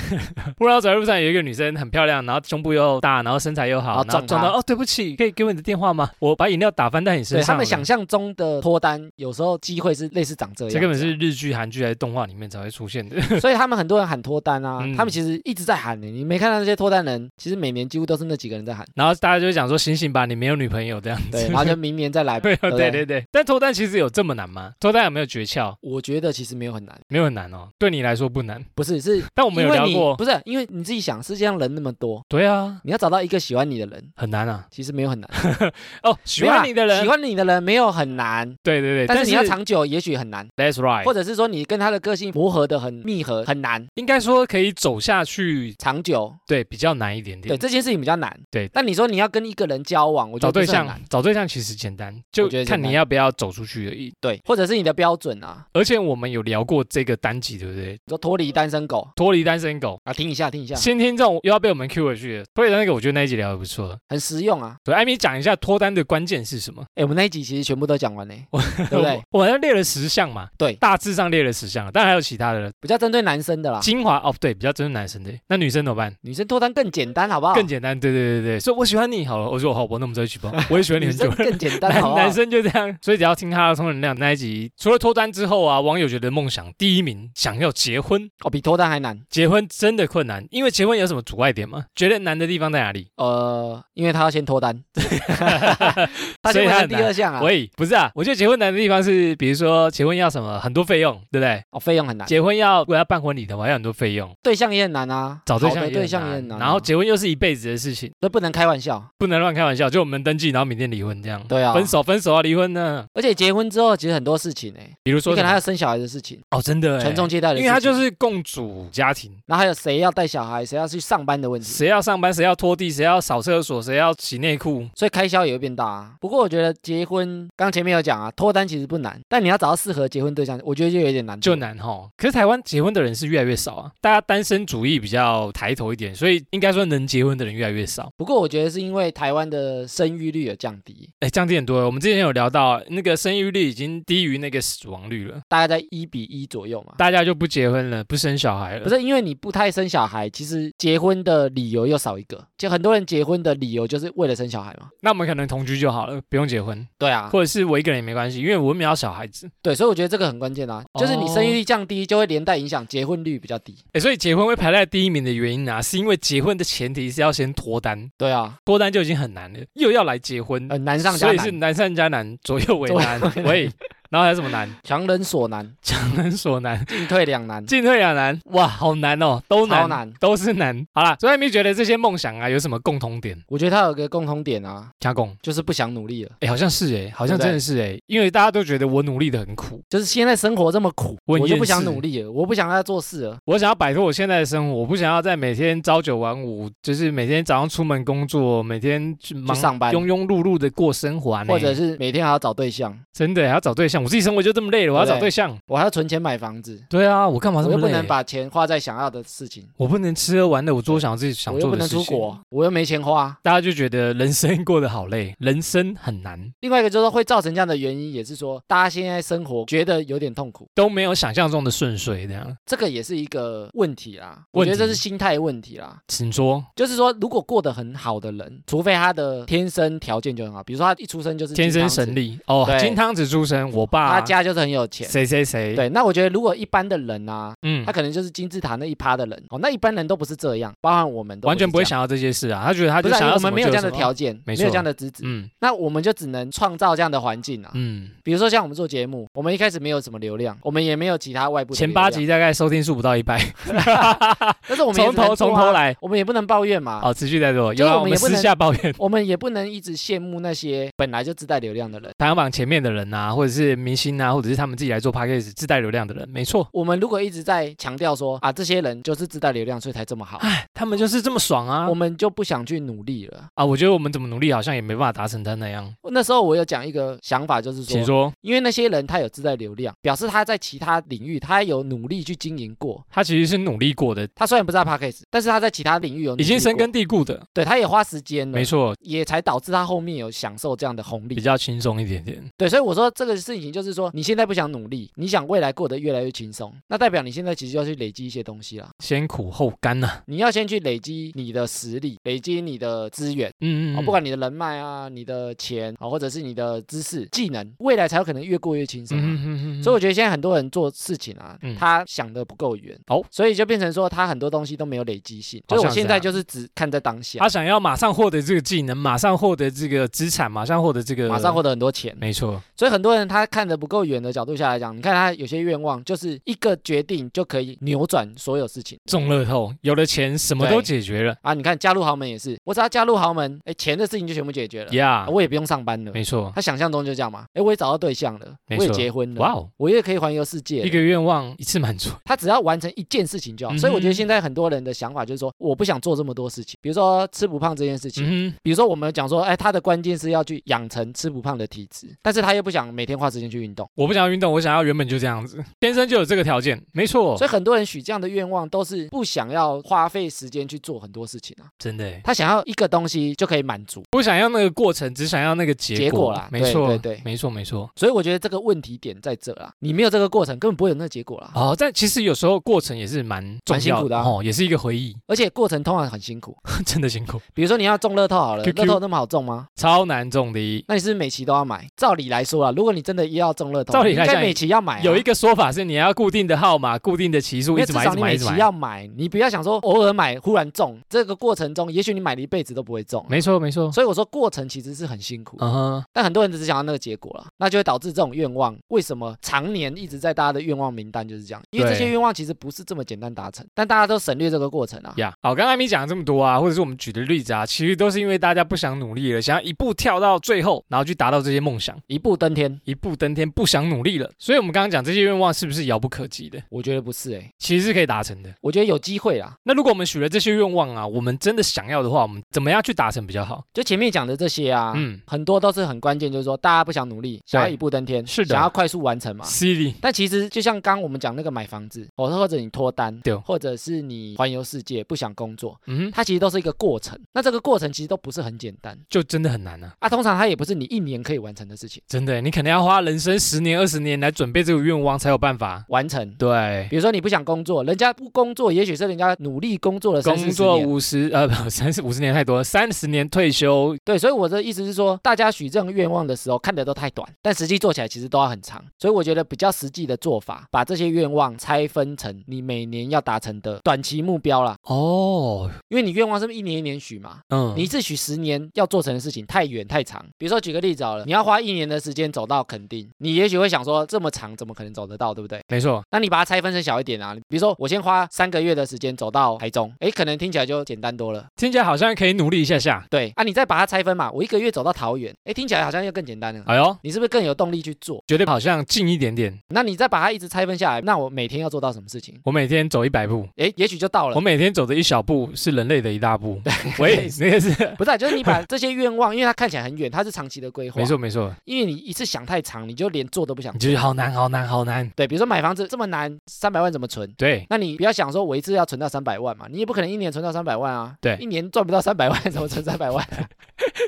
不知道走在路上有一个女生很漂亮，然后胸部又大，然后身材又好，
然后
然后
撞
撞
她
到哦，对不起，可以给我你的电话吗？我把饮料打翻在你身
对
上。
他们想。象中的脱单，有时候机会是类似长这样，
这根本是日剧、韩剧还是动画里面才会出现的。
所以他们很多人喊脱单啊，
嗯
他们其实一直在喊呢、你没看到那些脱单人，其实每年几乎都是那几个人在喊，
然后大家就会讲说：“醒醒吧，你没有女朋友这 样
对，
子。。
然后就明年再来
对”
不
对对对。但脱单其实有这么难吗？脱单有没有诀窍？
我觉得其实没有很难，
没有很难哦，对你来说不难。
不是是
但我们
因
有
为
聊
你
过，
不是因为你自己想，世界上人那么多，
对啊，
你要找到一个喜欢你的人，
很难啊。
其实没有很难。
哦，喜
没有
欢
啦
你的人
喜，欢你的人没有很难，
对对对，
但
但
是你要长久也许很难，
，That's right，
或者是说你跟他的个性磨合的很密合很难，
应该说可以走下去，
长久
对，比较难一点点。
对这件事情比较难。
对
但你说你要跟一个人交往，我觉
找
得
对
不是
象
很难，，
找对象其实简单，就
我觉得简
看
单
你要不要走出去而已。
对，或者是你的标准啊，
而且我们有聊过这个单集，对不对？
你说脱离单身狗
脱离单身狗，
啊，听一下听一下，
新听众又要被我们 Q 回去了。脱离单身狗，我觉得那一集聊的不错。
很实用啊。
所以艾米讲一下脱单的关键是什么？
哎，我们那一集其实全部都讲完 嘞，对不对？
我？我好像列了十项嘛，
对
大致上列了十项，当然还有其他的了。
比较针对男生的啦，
精华哦，对，比较针对男生的，那女生怎么办？
女生脱单更简单，好不好？
更简单，对对对对，说我喜欢你好了，我说好，我那我们在一起吧，我也喜欢你
女
很久
生
了。
更简单，
男
好不好？
男生就这样，所以只要听他的充能量那一集，除了脱单之后啊，网友觉得梦想第一名想要结婚，
哦，比脱单还难。
结婚真的困难，因为结婚有什么阻碍点吗？觉得难的地方在哪里？
呃，因为他要先脱 单，他
所以
先
他
完
很
成第二
难。
项啊，
喂，不是啊，我觉得结婚难的地方是，比如说结婚要什么很多费用，对不对？
哦，费用很难，
结婚要如果要办婚礼的话，要很多费用，
对象也很难啊，
找对
好
象
的
也
对
很
象也
难
很难啊，
然后结婚又是一辈子的事情，
这不能开玩笑，
不能乱开玩笑，就我们登记，然后明天离婚这样。
对啊，
分。手，分手啊，离婚呢？
而且结婚之后，其实很多事情哎，
比如
你
说
可
什
能还
么
有生小孩的事情，
哦，真的欸，
传宗接代的
因
事
为
情，
他就，是共主家庭，
然后还有谁要带小孩，谁要去上班的问题，
谁要上班，谁要拖地，谁要扫厕所，谁要洗内裤，
所以开销也会变大啊。不过我觉得结婚，刚前面有讲啊，脱单其实不难，但你要找到适合结婚对象，我觉得就有点难度。
就难哈。可是台湾结婚的人是越来越少啊，大家单身主义比较抬头一点，所以应该说能结婚的人越来越少。
不过我觉得是因为台湾的生育率有降低，
哎，降低很多。我们之前有聊到，那个生育率已经低于那个死亡率了，
大概在一比一左右嘛。
大家就不结婚了，不生小孩了。
不是因为你不太生小孩，其实结婚的理由又少一个。就很多人结婚的理由就是为了生小孩嘛。
那我们可能同居就好了，不用结婚，
对啊，
或者是我一个人也没关系，因为我没有小孩子。
对，所以我觉得这个很关键啊，就是你生育率降低，就会连带影响结婚率比较低。
哎，所以结婚会排在第一名的原因啊，是因为结婚的前提是要先脱单，
对啊，
脱单就已经很难了，又要来结婚，
呃，难上加
所以是
难，
难上加难，左右为难，喂，然后还有什么难？
强人所难，
强人所难，
进退两难，
进退两难，哇，好难哦，都
超
难，
难。
都是难。好啦，所以你觉得这些梦想啊有什么共同点？
我觉得它有个共同点啊，
加工，
就是不想努力了。
哎，好像是哎，好像
对不对
真的是哎，因为大家都觉得我努力的很苦，
就是现在生活这么苦，
我
我
很
就
厌
不想
世
努力了，我不想再做事了。
我想要摆脱我现在的生活，我不想要再每天朝九晚五，就是每天早上出门工作，每天去忙
上班
庸庸碌碌的过生活啊，
或者
呢
是每天还要找对象，
真的还要找对象，我自己生活就这么累了，我要
对不
找
对
对象。
我还要存钱买房子，
对啊，我干嘛这
我
么
又
累？
不能把钱花在想要的事情，
我不能吃喝玩乐，我做想自己想
我又
做
不
的
能
事
出
情。
国，我又没钱花。
大家就觉得人生过得好累，人生很难，
另外一个就是说会造成这样的原因，也是说大家现在生活觉得有点痛苦，
都没有想象中的顺遂。这样，
这个也是一个问题啦。我觉
问题
得这是心态问题啦。
请说，
就是说，如果过得很好的人，除非他的天生条件就很好，比如说他一出生就是
天生
金汤匙
神，力哦，
对
金汤子出身，我爸
他家就是很有钱。
谁谁谁，，
对，那我觉得如果一般的人啊，
嗯
他，可能就是金字塔那一趴的人哦，那一般人都不是这样，包含我们都
完全不
不
会
是这样，
想到这些事啊，他觉得他
不
就是
啊
想
因为
要
我
什么
们没有
就
这样的
什么，
条件，
没
没
错
有这样的资质，
嗯
那我们就只能创造这样的环境啊。
嗯。
比如说像我们做节目，我们一开始没有什么流量，我们也没有其他外部的
前
流
八
量
集，大概收听数不到一百，
但 是我们也
从
只能
头从
做啊
头，来，
我们也不能抱怨嘛。
好，持续在做。
就
有
是
啊
我
我
们
们
也不
私
能
下抱怨
我们也不能一直羡慕那些本来就自带流量的人，
排行榜前面的人啊，或者是明星啊，或者是他们自己来做 podcast 自带流量的人，没错，
我们如果一直在强调说啊，这些人就是自带流量，所以才这么好，
他们就是这么爽啊
我。们就不想去努力了。
啊，我觉得我们怎么努力好像也没办法达成他那样。
那时候我有讲一个想法，就是
请
说，
说，
因为那些人他有自带流量，表示他在其他领域他有努力去经营过。
他其实是努力过的，
他虽然不在 p a c k a g e 但是他在其他领域有努力
已经深
过，
根蒂固的，
对，他也花时间了，
没，错，
也才导致他后面有享受这样的红利
比。较轻松一点点。
对，所以我说这个事情就是说，你现在不想努力，你想未来过得越来越轻松，那代表你现在其实要去累积一些东西啦。
先苦后甘呐、
你要先去累积你的实力，累积你的资源。
嗯嗯，
啊、
嗯
不管你的人脉啊、你的钱啊，或者是你的知识、技能，未来才有可能越过越轻松啊、
嗯嗯嗯，
所以
所以
我觉得现在很多人做事情啊，
嗯
他想的不够远，
哦
所以就变成说他很多东西都没有累积性。
好
所以我
像是
现在
啊
就是只看在当下，
他想要马上获得这个技能，马上获得这个资产，马上获得这个，
马上获
得，
得很多钱。
没错，
所以很多人他看的不够远的角度下来讲，你看他有些愿望就是一个决定就可以扭转所有事情
中乐透，有了钱什么都
对
解决了
啊。你看加入豪门也是，我只要加入豪门，哎，钱的事情就全部解决了，
呀
啊我也不用上班了。
没错，
他想象中就这样嘛，哎，我也找到对象了，我
没
也
错
结婚了，
哇哦，
我也可以环游世界了。
一个愿望一次满足，
他只要完成一件事情就好，所以我
嗯
觉得
哼嗯
现在很多人的想法就是说，我不想做这么多事情，比如说吃不胖这件事情，
嗯哼，
比如说我们讲说，哎，他的关键是要去养成吃不胖的体
嗯
质，但是他又不想每天花时间去运动，
我不想要运动，我想要原本就这样子，天生就有这个条件，没错
所，以很多人许这样的愿望都是不想要花费时间去做很多事情啊，
真的耶，
他想要一个东西就可以满足，
不想要那个过程，只想要那个
结
果
果啦
没错，
对对对
没错，没错。
所以我觉得这个问题点在这啦，你没有这个过程，根本不会有那个结果啦。
哦，但其实有时候过程也是蛮重
蛮辛
要
苦的啊
哦，也是一个回忆，
而且过程通常很辛苦，
真的辛苦，
比如说你要中乐透好了，
QQ
乐透那么好中吗？
超难中的一。
那你是不是每期都要买？照理来说啊，如果你真的要中乐透，
照理来
你应
讲
该每期要买啊、
有一个说法是，你要固定的号码、固定的期数，
因
一
为
直
至
买，一
少
直
你
买，一
每
直
期
买。
要买，你不要想说偶尔买忽然中，这个过程中，也许你买了一辈子都不会中。啊
没错，没错。
所以我说过程其实是很辛苦，
嗯哼，
但很多人只想要那个结果了，那就会导致这种愿望为什么常年一直在大家的愿望名单就是这样？因为
对
这些愿望其实不是这么简单达成，但大家都省略这个过程啊。
呀，好，刚刚艾米讲了这么多啊，或者是我们举的例子啊，其实都是因为大家不想努力了，想要一步跳到最后，然后去达到这些梦想，
一步登天，
一步登天，不想努力了。所以我们刚刚讲这些愿望是不是遥不可及的？
我觉得不是哎、
其实是可以达成的。
我觉得有机会啦。
那如果我们许了这些愿望啊，我们真的想要的话，我们怎么样去达成比较好？
就前面讲的这些啊，
嗯
很多都是很关键，就是说大家不想努力，想要一步登天，
是的
想要快速完成嘛。
，Siri，
但其实就像刚我们讲那个买房子，哦，或者你脱单
对，
或者是你环游世界不想工作，
嗯哼，
它其实都是一个过程。那这个过程其实都不是很简单
就真的很难啊。
啊，通常它也不是你一年可以完成的事情，
真的，你可能要花人生十年、二十年来准备这个愿望才有办法。
完成。
对，
比如说你不想工作，人家不工作，也许是人家努力工作了三
工
四十
作
年。
五十呃不三十五十年太多了，三十年退休，
对，所以我的意思是说，大家许这种愿望的时候看的都太短，但实际做起来其实都要很长。所以我觉得比较实际的做法，把这些愿望拆分成你每年要达成的短期目标啦。
哦，
因为你愿望是不是一年一年许嘛？
嗯，
你一次许十年要做成的事情太远太长，比如说举个例子好了，你要花一年的时间走到垦丁，你也许会想说这么长怎么可能走得到，对不对？
没错，
那你把它拆分成小一点啊，比如说我先花三个月的时间走到台中，诶，可能听起来就简单多了。
听起来好像可以努力一下下。
对啊，你再把它拆分嘛，我一个月走到桃园，诶，听起来好像又更简单了。
哎呦，
你是不是更有动力去做？
绝对好像近一点点。
那你再把它一直拆分下来，那我每天要做到什么事情？
我每天走一百步，
诶，也许就到
我
了。
每天走的一小步是人类的一大步。喂， 那个是
不是啊、就是你把这 些愿望，因为它看起来很远，它是长期的规划。
没，错没错，
因为你一次想太长，你就连做都不想
你。就是好难好难好难。
对，比如说买房子这么难，三百万怎么存？
对，
那你不要想说我一次要存到三百万嘛，你也不可能一年存到三百万啊。
对
一年赚不到三百 万，怎么存三百 万？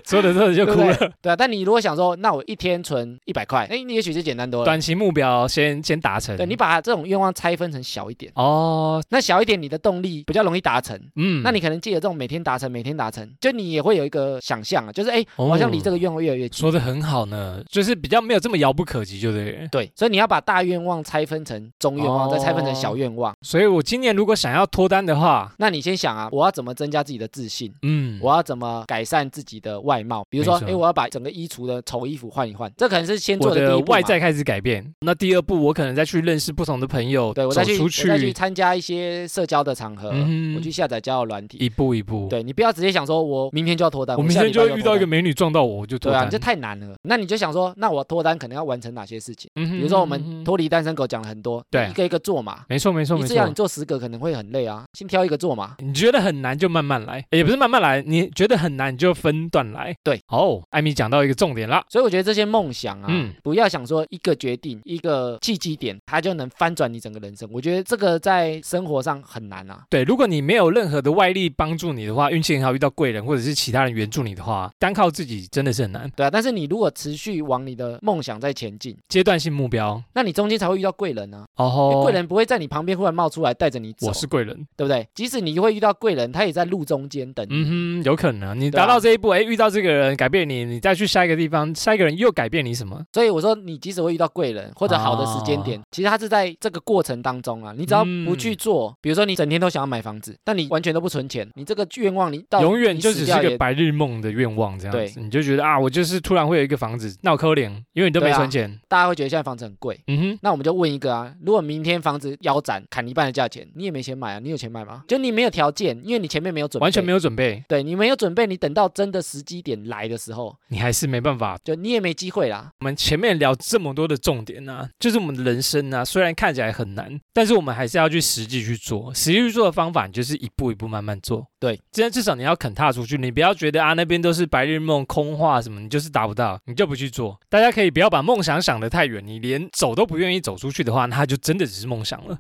说着说着就哭
对不
了。
对啊，但你如果想说，那我一天存一百块，哎，你也许就简单多了。
短期目标先先达成。
对，你把这种愿望拆分成小一点，
哦，
那小一点，你的动力比较容易达成。
嗯，
那你可能借由这种每天达成、每天达成，就你也会有一个想象啊，就是哎，
哦
我好像离这个愿望越来越近。
说的很好呢，就是比较没有这么遥不可及，就对了。
对，所以你要把大愿望拆分成中愿望，再拆分成
哦
小愿望。
所以我今年如果想要脱单的话，
那你先想啊，我要怎么增加自己的自信？
嗯，
我要怎么改善自己的外外貌，比如说
没，错
哎，我要把整个衣橱的丑衣服换一换，这可能是先做
我
的第
的
一步嘛
外在开始改变。那第二步，我可能再去认识不同的朋友，
对我
走
再去
出
我再去参加一些社交的场合，
嗯哼
我去下载交友软体。
一步一步。，
对你不要直接想说，我明天就要脱单，
我明
下
天
礼
就
拜
会遇到一个
脱单
美女撞到我，我就脱
对啊，
单。
你这太难了。那你就想说，那我脱单可能要完成哪些事情？
嗯哼，
比
比
如说我们脱离单身狗讲了很多，
对
一个一个做嘛。
没错没错
你
没
这样你
错。
做十个可能会很累啊，先挑一个做嘛。
你觉得很难就慢慢来，也不是慢慢来，你觉得很难你就分段来。
嗯对，
哦，艾米讲到一个重点啦，
所以我觉得这些梦想啊，
嗯
不要想说一个决定、一个契机点，它就能翻转你整个人生。我觉得这个在生活上很难啊。
对，如果你没有任何的外力帮助你的话，运气很好遇到贵人或者是其他人援助你的话，单靠自己真的是很难。
对啊，但是你如果持续往你的梦想在前进，
阶段性目标，
那你中间才会遇到贵人啊。
哦
因
吼，
为贵人不会在你旁边忽然冒出来带着你走，
我是贵人，
对不对？即使你会遇到贵人，他也在路中间等你。
嗯哼，有可能你
对啊
达到这一步，哎、遇到这个人改变你，你再去下一个地方，下一个人又改变你什么？
所以我说，你即使会遇到贵人或者好的时间点，
哦
其实它是在这个过程当中啊。你只要不
嗯
去做，比如说你整天都想要买房子，但你完全都不存钱，你这个愿望你到
永远
你
就
死
只是
掉
个
也
白日梦的愿望，这样子，你就觉得啊，我就是突然会有一个房子，那我扣脸，因为你都没
对啊
存钱，
大家会觉得现在房子很贵。
嗯哼。
那我们就问一个啊，如果明天房子腰斩砍一半的价钱，你也没钱买啊，你有钱买吗？就你没有条件，因为你前面没有准备，
完全没
有。
有准备，
对你没有准备，你等到真的时机点来的时候，
你还是没办法。
就你也没机会啦。
我们前面聊这么多的重点呢、就是我们的人生啊，虽然看起来很难，但是我们还是要去实际去做。实际去做的方法，你就是一步一步慢慢做。
对，
这样至少你要肯踏出去，你不要觉得啊那边都是白日梦、空话什么，你就是达不到，你就不去做。大家可以不要把梦想想得太远，你连走都不愿意走出去的话，那它就真的只是梦想了。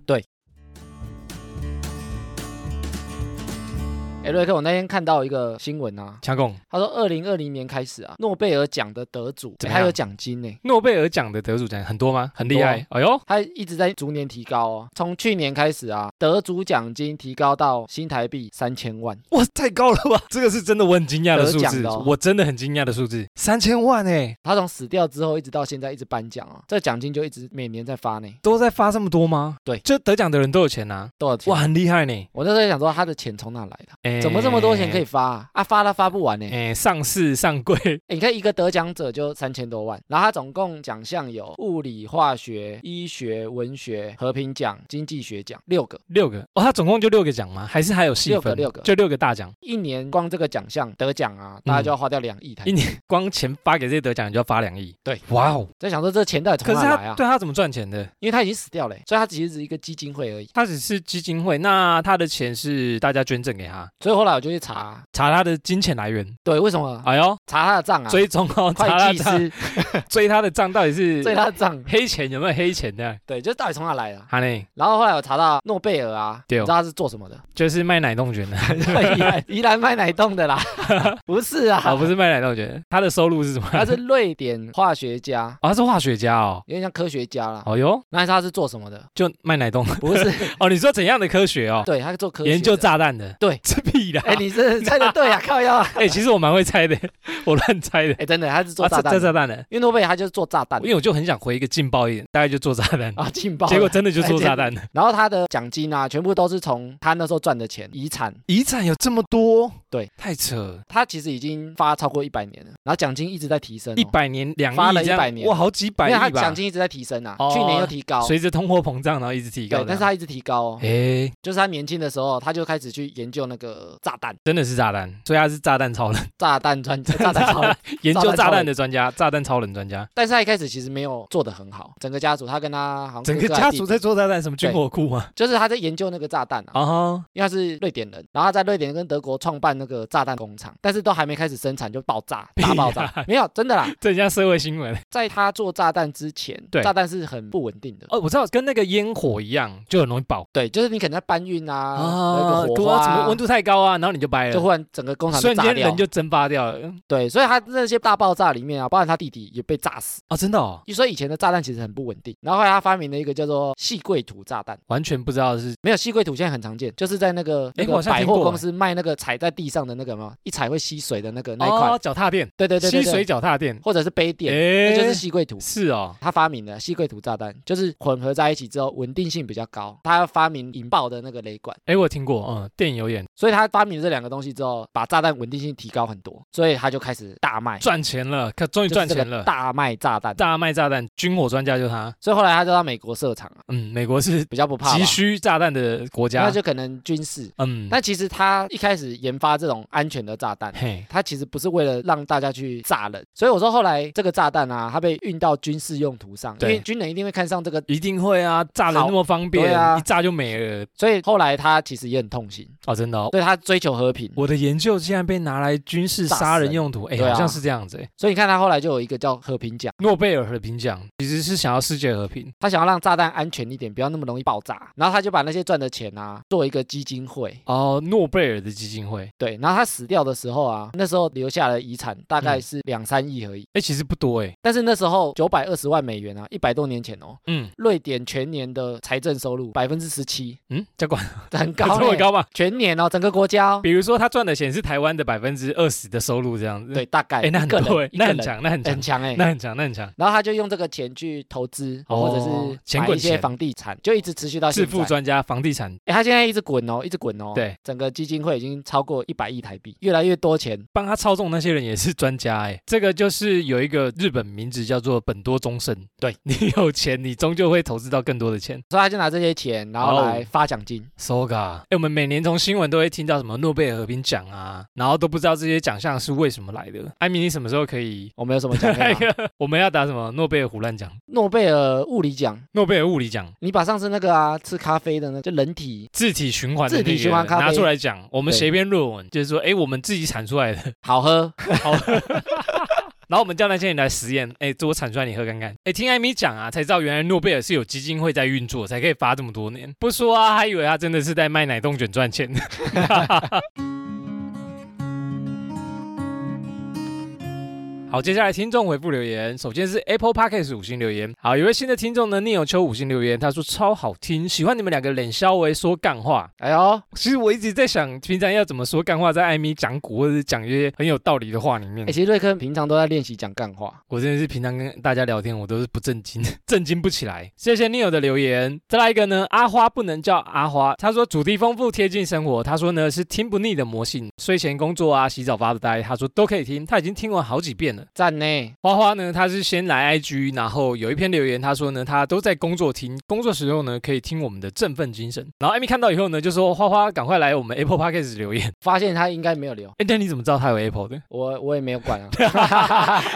哎，瑞克，我那天看到一个新闻啊，
强共
他说二零二零年开始啊，诺贝尔奖的得主
怎么
还
样
有奖金呢、
诺贝尔奖的得主奖很多吗？很厉害。哎呦，
他一直在逐年提高哦，从去年开始啊，得主奖金提高到新台币三千万，
哇，太高了吧！ 这个是真的，我很惊讶的数
得奖
字，
的哦
我真的很惊讶的数字，三千万哎、
他从死掉之后一直到现在一直颁奖啊，这奖金就一直每年在发呢，
都在发这么多吗？
对
就得奖的人都有钱拿、
多少钱？
哇，很厉害呢！
我那时候在想说他的钱从哪来的？
哎
怎么这么多钱可以？发啊？啊发都发不完呢、
哎、上市上柜，
哎，你看一个得奖者就三千多万，然后他总共奖项有物理、化学、医学、文学、和平奖、经济学奖六个，
六个哦，他总共就六个奖吗？还是还有细
六
分？
个六个
就六个大奖，
一年光这个奖项得奖啊，大家就要花掉两亿台币。
一年光钱发给这些得奖人就要发两亿。
对，
哇哦！
在想说这钱到底
可
从
是
哪
他、
来啊？
对他怎么赚钱的？
因为他已经死掉了，欸所以他其实只是一个基金会而已。
他只是基金会，那他的钱是大家捐赠给他，
所以后来我就去查，
查他的金钱来源。
对，为什么
哎呦，
查他的账啊？
追踪哦，查他的
会计
账，
师
追他的账到底是
追他的账，
黑钱有没有黑钱的？
对，就是到底从哪来的啊？
哈内
然后后来我查到诺贝尔啊，你
对哦
知道他是做什么的？
就是卖奶冻卷的。
宜兰宜兰卖奶冻的 啦，不是
啊，
啊，
不是卖奶冻卷，他的收入是什么？
他是瑞典化学家，
哦，他是化学家哦。
有点像科学家啦。
哦哟，
那他是做什么的？
就卖奶冻
不是，
哦。你说怎样的科学哦？
对，他是做科学的
研究。炸弹的？
对
这屁啦！
哎，你是猜的对啊，靠腰啊！
哎，其实我蛮会猜的， 我乱猜的。
哎，真的，他是做炸
啊
弹
这炸
的，
弹的，
因为诺贝尔他就是做炸弹
因为我就很想回一个劲爆一点，大概就做炸弹，
啊，劲爆了。哎
结果真的就做炸弹了。
然后他的奖金啊，全部都是从他那时候赚的钱遗产。
遗产有这么多？
对，
太扯了，
他其实已经发超过一百年了，然后奖金一直在提升、哦，
一百年两
发了
亿这
100
样，
年
哇，好几百
因为他
亿
奖
吧。
金一直在提升啊，
哦
去年又提高，
随着通货膨胀，然后一直提高
对，
的。
但是他一直提高哦，
哎，
就是他年轻的时候他就开始去研究那个炸弹，
真的是炸弹，所以他是炸弹 超人，
炸弹专炸弹 超人，
研
炸
究
弹
炸
超
弹
人
的专家，炸弹超人专家。
但是他一开始其实没有做得很好，整个家族他跟他好像
整
哥
个
哥还
家
弟
族
弟
在做炸弹，什么军火库吗？
就是他在研究那个炸弹啊。
啊哈，
因为他是瑞典人，然后他在瑞典跟德国创办那个炸弹工厂，但是都还没开始生产就爆炸，大爆炸，
啊
没有真的啦，
这很像社会新 闻
在他做炸弹之前，
对
炸弹是很不稳定的。
哦。我知道，跟那个烟火一样，就很容易爆
对，就是你可能在搬运啊，那个
对
火花、
啊怎么温度太高啊，然后你就掰
就
了，
忽然整个工厂就
瞬
炸
间
掉
人。就蒸发掉了。
对，所以他那些大爆炸里面啊，包含他弟弟也被炸死。
哦，真的哦，
所以以前的炸弹其实很不稳定。然后后来他发明了一个叫做细柜土炸弹，
完全不知道是
没有细柜土现在很常见，就是在那个那
诶
个
我好像
百
听
货
过欸
公司卖那个踩在地上的那个嘛，一踩会吸水的那个那一款。
哦，脚踏垫，
对对对对
吸水
对，
脚踏垫，
或者是杯垫，那
哎
就是细柜土。
是哦，
他发明的细柜土炸弹，就是混合在一起之后稳定性比较高。他发明引爆的那个雷管，
哎，我有听过，嗯，电影有演，
所以他他发明了这两个东西之后，把炸弹稳定性提高很多，所以他就开始大卖，
赚钱了，可终于
就
赚
是这
钱
个
了。
大卖炸弹。
大卖炸弹，军火专家就是他。
所以后来他就到美国设厂啊，
嗯，美国是
比较不怕吧
急需炸弹的国家
那。就可能军事。
嗯，
但其实他一开始研发这种安全的炸弹，
嘿，
它其实不是为了让大家去炸人，所以我说后来这个炸弹啊，它被运到军事用途上，因
对
为军人一定会看上这个，
一定会啊，炸人那么方便，
对啊
一炸就没了。
所以后来他其实也很痛心，
哦，真的哦。
所以他追求和平。
我的研究竟然被拿来军事
炸
杀人
死
用途，哎、
对啊
好像是这样子、哎
所以你看他后来就有一个叫和平奖，
诺贝尔和平奖其实是想要世界和平，
他想要让炸弹安全一点，不要那么容易爆炸，然后他就把那些赚的钱啊做一个基金会。
哦，诺贝尔的基金会，
对，然后他死掉的时候啊，那时候留下的遗产大概
嗯
是两三亿而已。
哎、其实不多哎、
但是那时候九百二十万美元啊，一百多年前哦，
嗯
瑞典全年的财政收入百分之十七，
嗯，教官，
很
这
高、
么
欸，
高嗯吧？
全年哦，整个国家哦，
比如说他赚的钱是台湾的百分之二十的收入这样子，
对，，大概
哎、那很
一个
多哎、
人一个
那很
人
强，那很强
很，强哎、
那很强，那很强，
然后他就用这个钱去投资，
哦
或者是
钱
买
滚
一些
钱
房地产，就一直持续到
致
现
富
在。
专家，房地产
哎，他现在一直滚哦，一直滚哦。
对，
整个基金会已经超过一百亿台币，越来越多钱。
帮他操纵那些人也是专家哎、 这个就是有一个日本名字叫做本多忠胜，
对
你有钱，你终究会投资到更多的钱。
所以他就拿这些钱，然
哦
后来发奖金。
So ga，哎、我们每年从新闻都会听到什么诺贝尔和平奖啊，然后都不知道这些奖项是为什么来的。艾米，你什么时候可以？
我们有什么奖励吗？
我们要打什么诺贝尔胡乱奖、
诺贝尔物理奖。
诺贝尔物理奖、
你把上次那个啊，吃咖啡的那个，就人体
自体循环的那
自
个
体循环咖啡
拿出来讲，我们
对
写一篇论文，就是说，哎、我们自己产出来的，
好喝，
好。然后我们叫那些人来实验，哎，这我产出来你喝看看。哎，听艾米讲啊，才知道原来诺贝尔是有基金会在运作，才可以发这么多年。不说啊，还以为他真的是在卖奶冻卷赚钱。 好，接下来听众回复留言，首先是 Apple Podcast 五星留言。好，有位新的听众呢，聂有秋五星留言，他说超好听，喜欢你们两个冷笑为说干话。
哎呦，
其实我一直在想，平常要怎么说干话，在艾米讲古或者是讲一些很有道理的话里面
哎，。其实瑞克平常都在练习讲干话，
我真的是平常跟大家聊天，我都是不正经， 正经不起来。谢谢 Neil 的留言。再来一个呢，阿花不能叫阿花，他说主题丰富贴近生活，他说呢是听不腻的魔性，睡前工作啊，洗澡发呆，他说都可以听，他已经听完好几遍了。
赞呢。
花花呢，他是先来 IG，然后有一篇留言，他说呢，他都在工作听，工作时候呢可以听我们的振奋精神。然后艾米看到以后呢，就说花花赶快来我们 Apple Podcast 留言。
发现他应该没有留，
哎，那你怎么知道他有 Apple 的？
我我也没有管啊。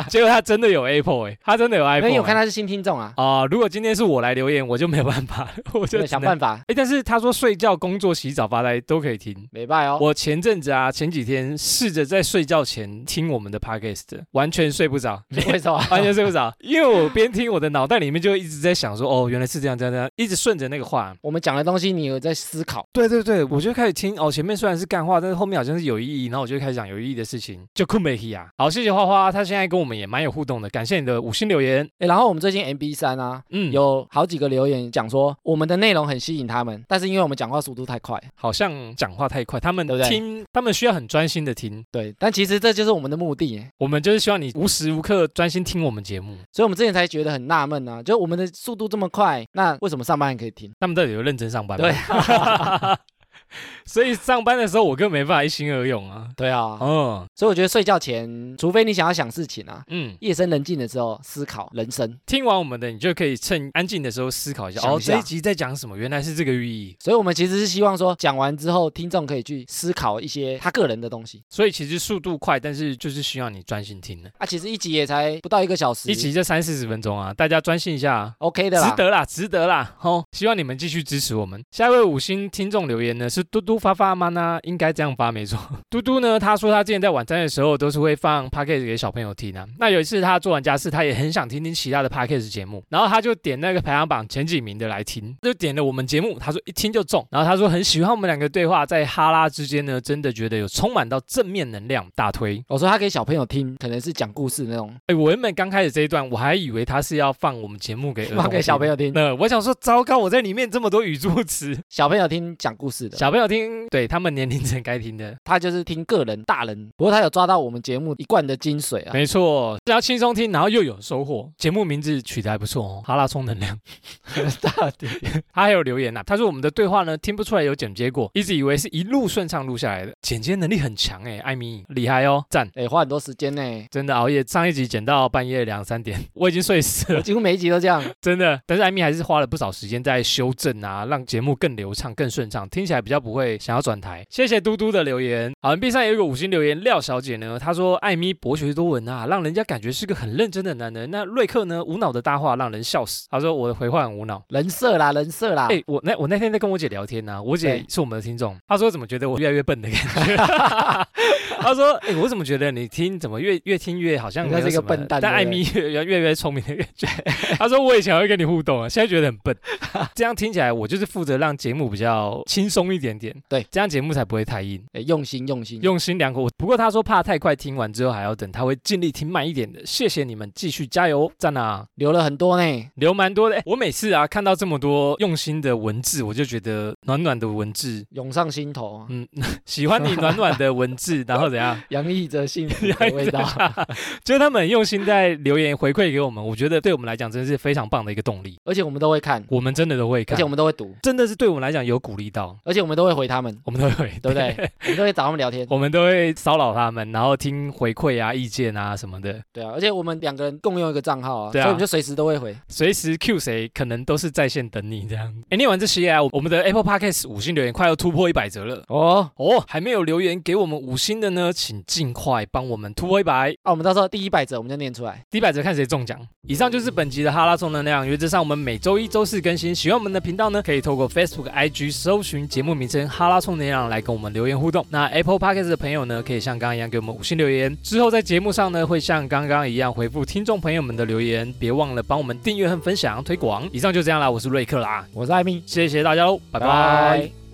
结果他真的有 Apple 哎、他真的有
因
iPhone
为
欸、
我看他是新听众啊，
啊、如果今天是我来留言，我就没有办法， 我就
对想办
法。
法，
哎，但是他说睡觉、工作、洗澡、发呆都可以听。
没办哦。，
我前阵子啊，前几天试着在睡觉前听我们的 podcast，完全睡不着
为什么？
完全睡不着，因为我边听，我的脑袋里面就一直在想说，哦，原来是这样，这样，这样，一直顺着那个话。
我们讲的东西你有在思考，
对对对，我就开始听哦，前面虽然是干话，但是后面好像是有意义，然后我就开始讲有意义的事情，就困没起啊。好，谢谢花花，她现在跟我们也蛮有互动的，感谢你的五星留言。
诶，然后我们最近 MB 三啊。
嗯，
有好几个留言讲说我们的内容很吸引他们，但是因为我们讲话速度太快，
好像讲话太快，他们
对不对
听，他们需要很专心的听。
对，但其实这就是我们的目的耶，
我们就是希望你无时无刻专心听我们节目。
所以我们之前才觉得很纳闷啊，就我们的速度这么快，那为什么上班也可以听？
他们到底有认真上班吗？
对
所以上班的时候我根本没办法一心二用啊。
对啊，
哦，
所以我觉得睡觉前，除非你想要想事情啊，
嗯，
夜深人静的时候思考人生，
听完我们的，你就可以趁安静的时候思考一下，
想一
哦，
下
这一集在讲什么？原来是这个寓意。
所以我们其实是希望说讲完之后，听众可以去思考一些他个人的东西
所以其实速度快，但是就是需要你专心听的。
啊。其实一集也才不到一个小时，
一集就三四十分钟啊，大家专心一下、啊。
OK 的啦，
值得啦，值得啦！吼、希望你们继续支持我们。下一位五星听众留言呢是嘟嘟发发吗呢？应该这样发没错。 嘟嘟呢，他说他之前在晚餐的时候都是会放 p a c k a g e 给小朋友听啊。那有一次他做完家事，他也很想听听其他的 p a c k a g e 节目，然后他就点那个排行榜前几名的来听，就点了我们节目，他说一听就中，然后他说很喜欢我们两个对话，在哈拉之间呢，真的觉得有充满到正面能量，大推。
我说他给小朋友听，可能是讲故事那种，
哎，我原本刚开始这一段我还以为他是要放我们节目给儿童
放给小
听
朋友听，
那我想说，糟糕，我在里面这么多语助词，
小朋友听讲故事 的。
小朋友听，对他们年龄层该听的，
他就是听个人大人，不过他有抓到我们节目一贯的精髓啊。
没错，只要轻松听，然后又有收获。节目名字取得还不错哦， 哈拉充能量。
大底
他还有留言呐、啊他说我们的对话呢听不出来有剪接过，一直以为是一路顺畅录下来的，剪接能力很强哎，艾米厉害哦，赞。
哎，花很多时间呢，
真的熬夜，上一集剪到半夜两三点，我已经睡死了，
几乎每一集都这样。
真的。但是艾米还是花了不少时间在修正啊，让节目更流畅、更顺畅，听起来比较不会想要转台。谢谢嘟嘟的留言。好，MB 上有一个五星留言，廖小姐呢，她说艾米博学多闻啊，让人家感觉是个很认真的男人。那瑞克呢，无脑的搭话让人笑死。她说我的回话很无脑。
人设啦，人设啦
哎、，我那我那天在跟我姐聊天呢、我姐
啊对
是我们的听众，她说怎么觉得我越来越笨的感觉？ 她说，哎、我怎么觉得你听怎么越越听越好像
你看
没有
是一
什
个
么
笨蛋
但艾
对不
米越越越来越聪明的感觉。她说我以前还会跟你互动啊，现在觉得很笨。这样听起来我就是负责让节目比较轻松一点点，
对，
这样节目才不会太硬。
哎用心用心。
用心良苦，不过她说怕太快听完之后还要等，她会尽力听慢一点的。谢谢你们，继续加油，赞啊！
留了很多呢，
留蛮多的、欸 我每次啊看到这么多用心的文字，我就觉得暖暖的文字，
涌上心头 啊，
嗯，喜欢你暖暖的文字，然后怎 样？
洋溢着幸福的味道。
就是他们很用心在留言回馈给我们，我觉得对我们来讲真的是非常棒的一个动力。
而且我们都会看，
我们真的都会
而
看
且我，们都会读，
真的是对我们来讲有鼓励到，
而且我们都会回他们，
我们都会，
对不 对？我们都会找他们聊天，
我们都会骚扰他们，然后听回馈啊、意见啊什么的，
对啊。而且我们两个人共用一个账号啊，所
对啊
以我们就随时都会回。
随时 Q 谁，可能都是在线等你这样。哎，念完这些啊，我们的 Apple Podcast 五星留言快要突破一百折了。
哦，
哦，还没有留言给我们五星的呢，请尽快帮我们突破一百，
啊，我们到时候第一百则我们就念出来。
第一百折看谁中奖。以上就是本集的哈拉充能量，原则上我们每周一、周四更新。喜欢我们的频道呢，可以透过 Facebook、IG 搜寻节目名称“哈拉充能量”来跟我们留言互动。那 Apple Podcast 的朋友呢，可以像刚刚一样给我们五星留言，之后在节目上呢，会像刚刚一样回复听众朋友们的留言。别忘了帮我们订阅和分享推广。以上就这样啦，我是瑞克啦，
我是艾米，
谢谢大家喽，拜拜
拜拜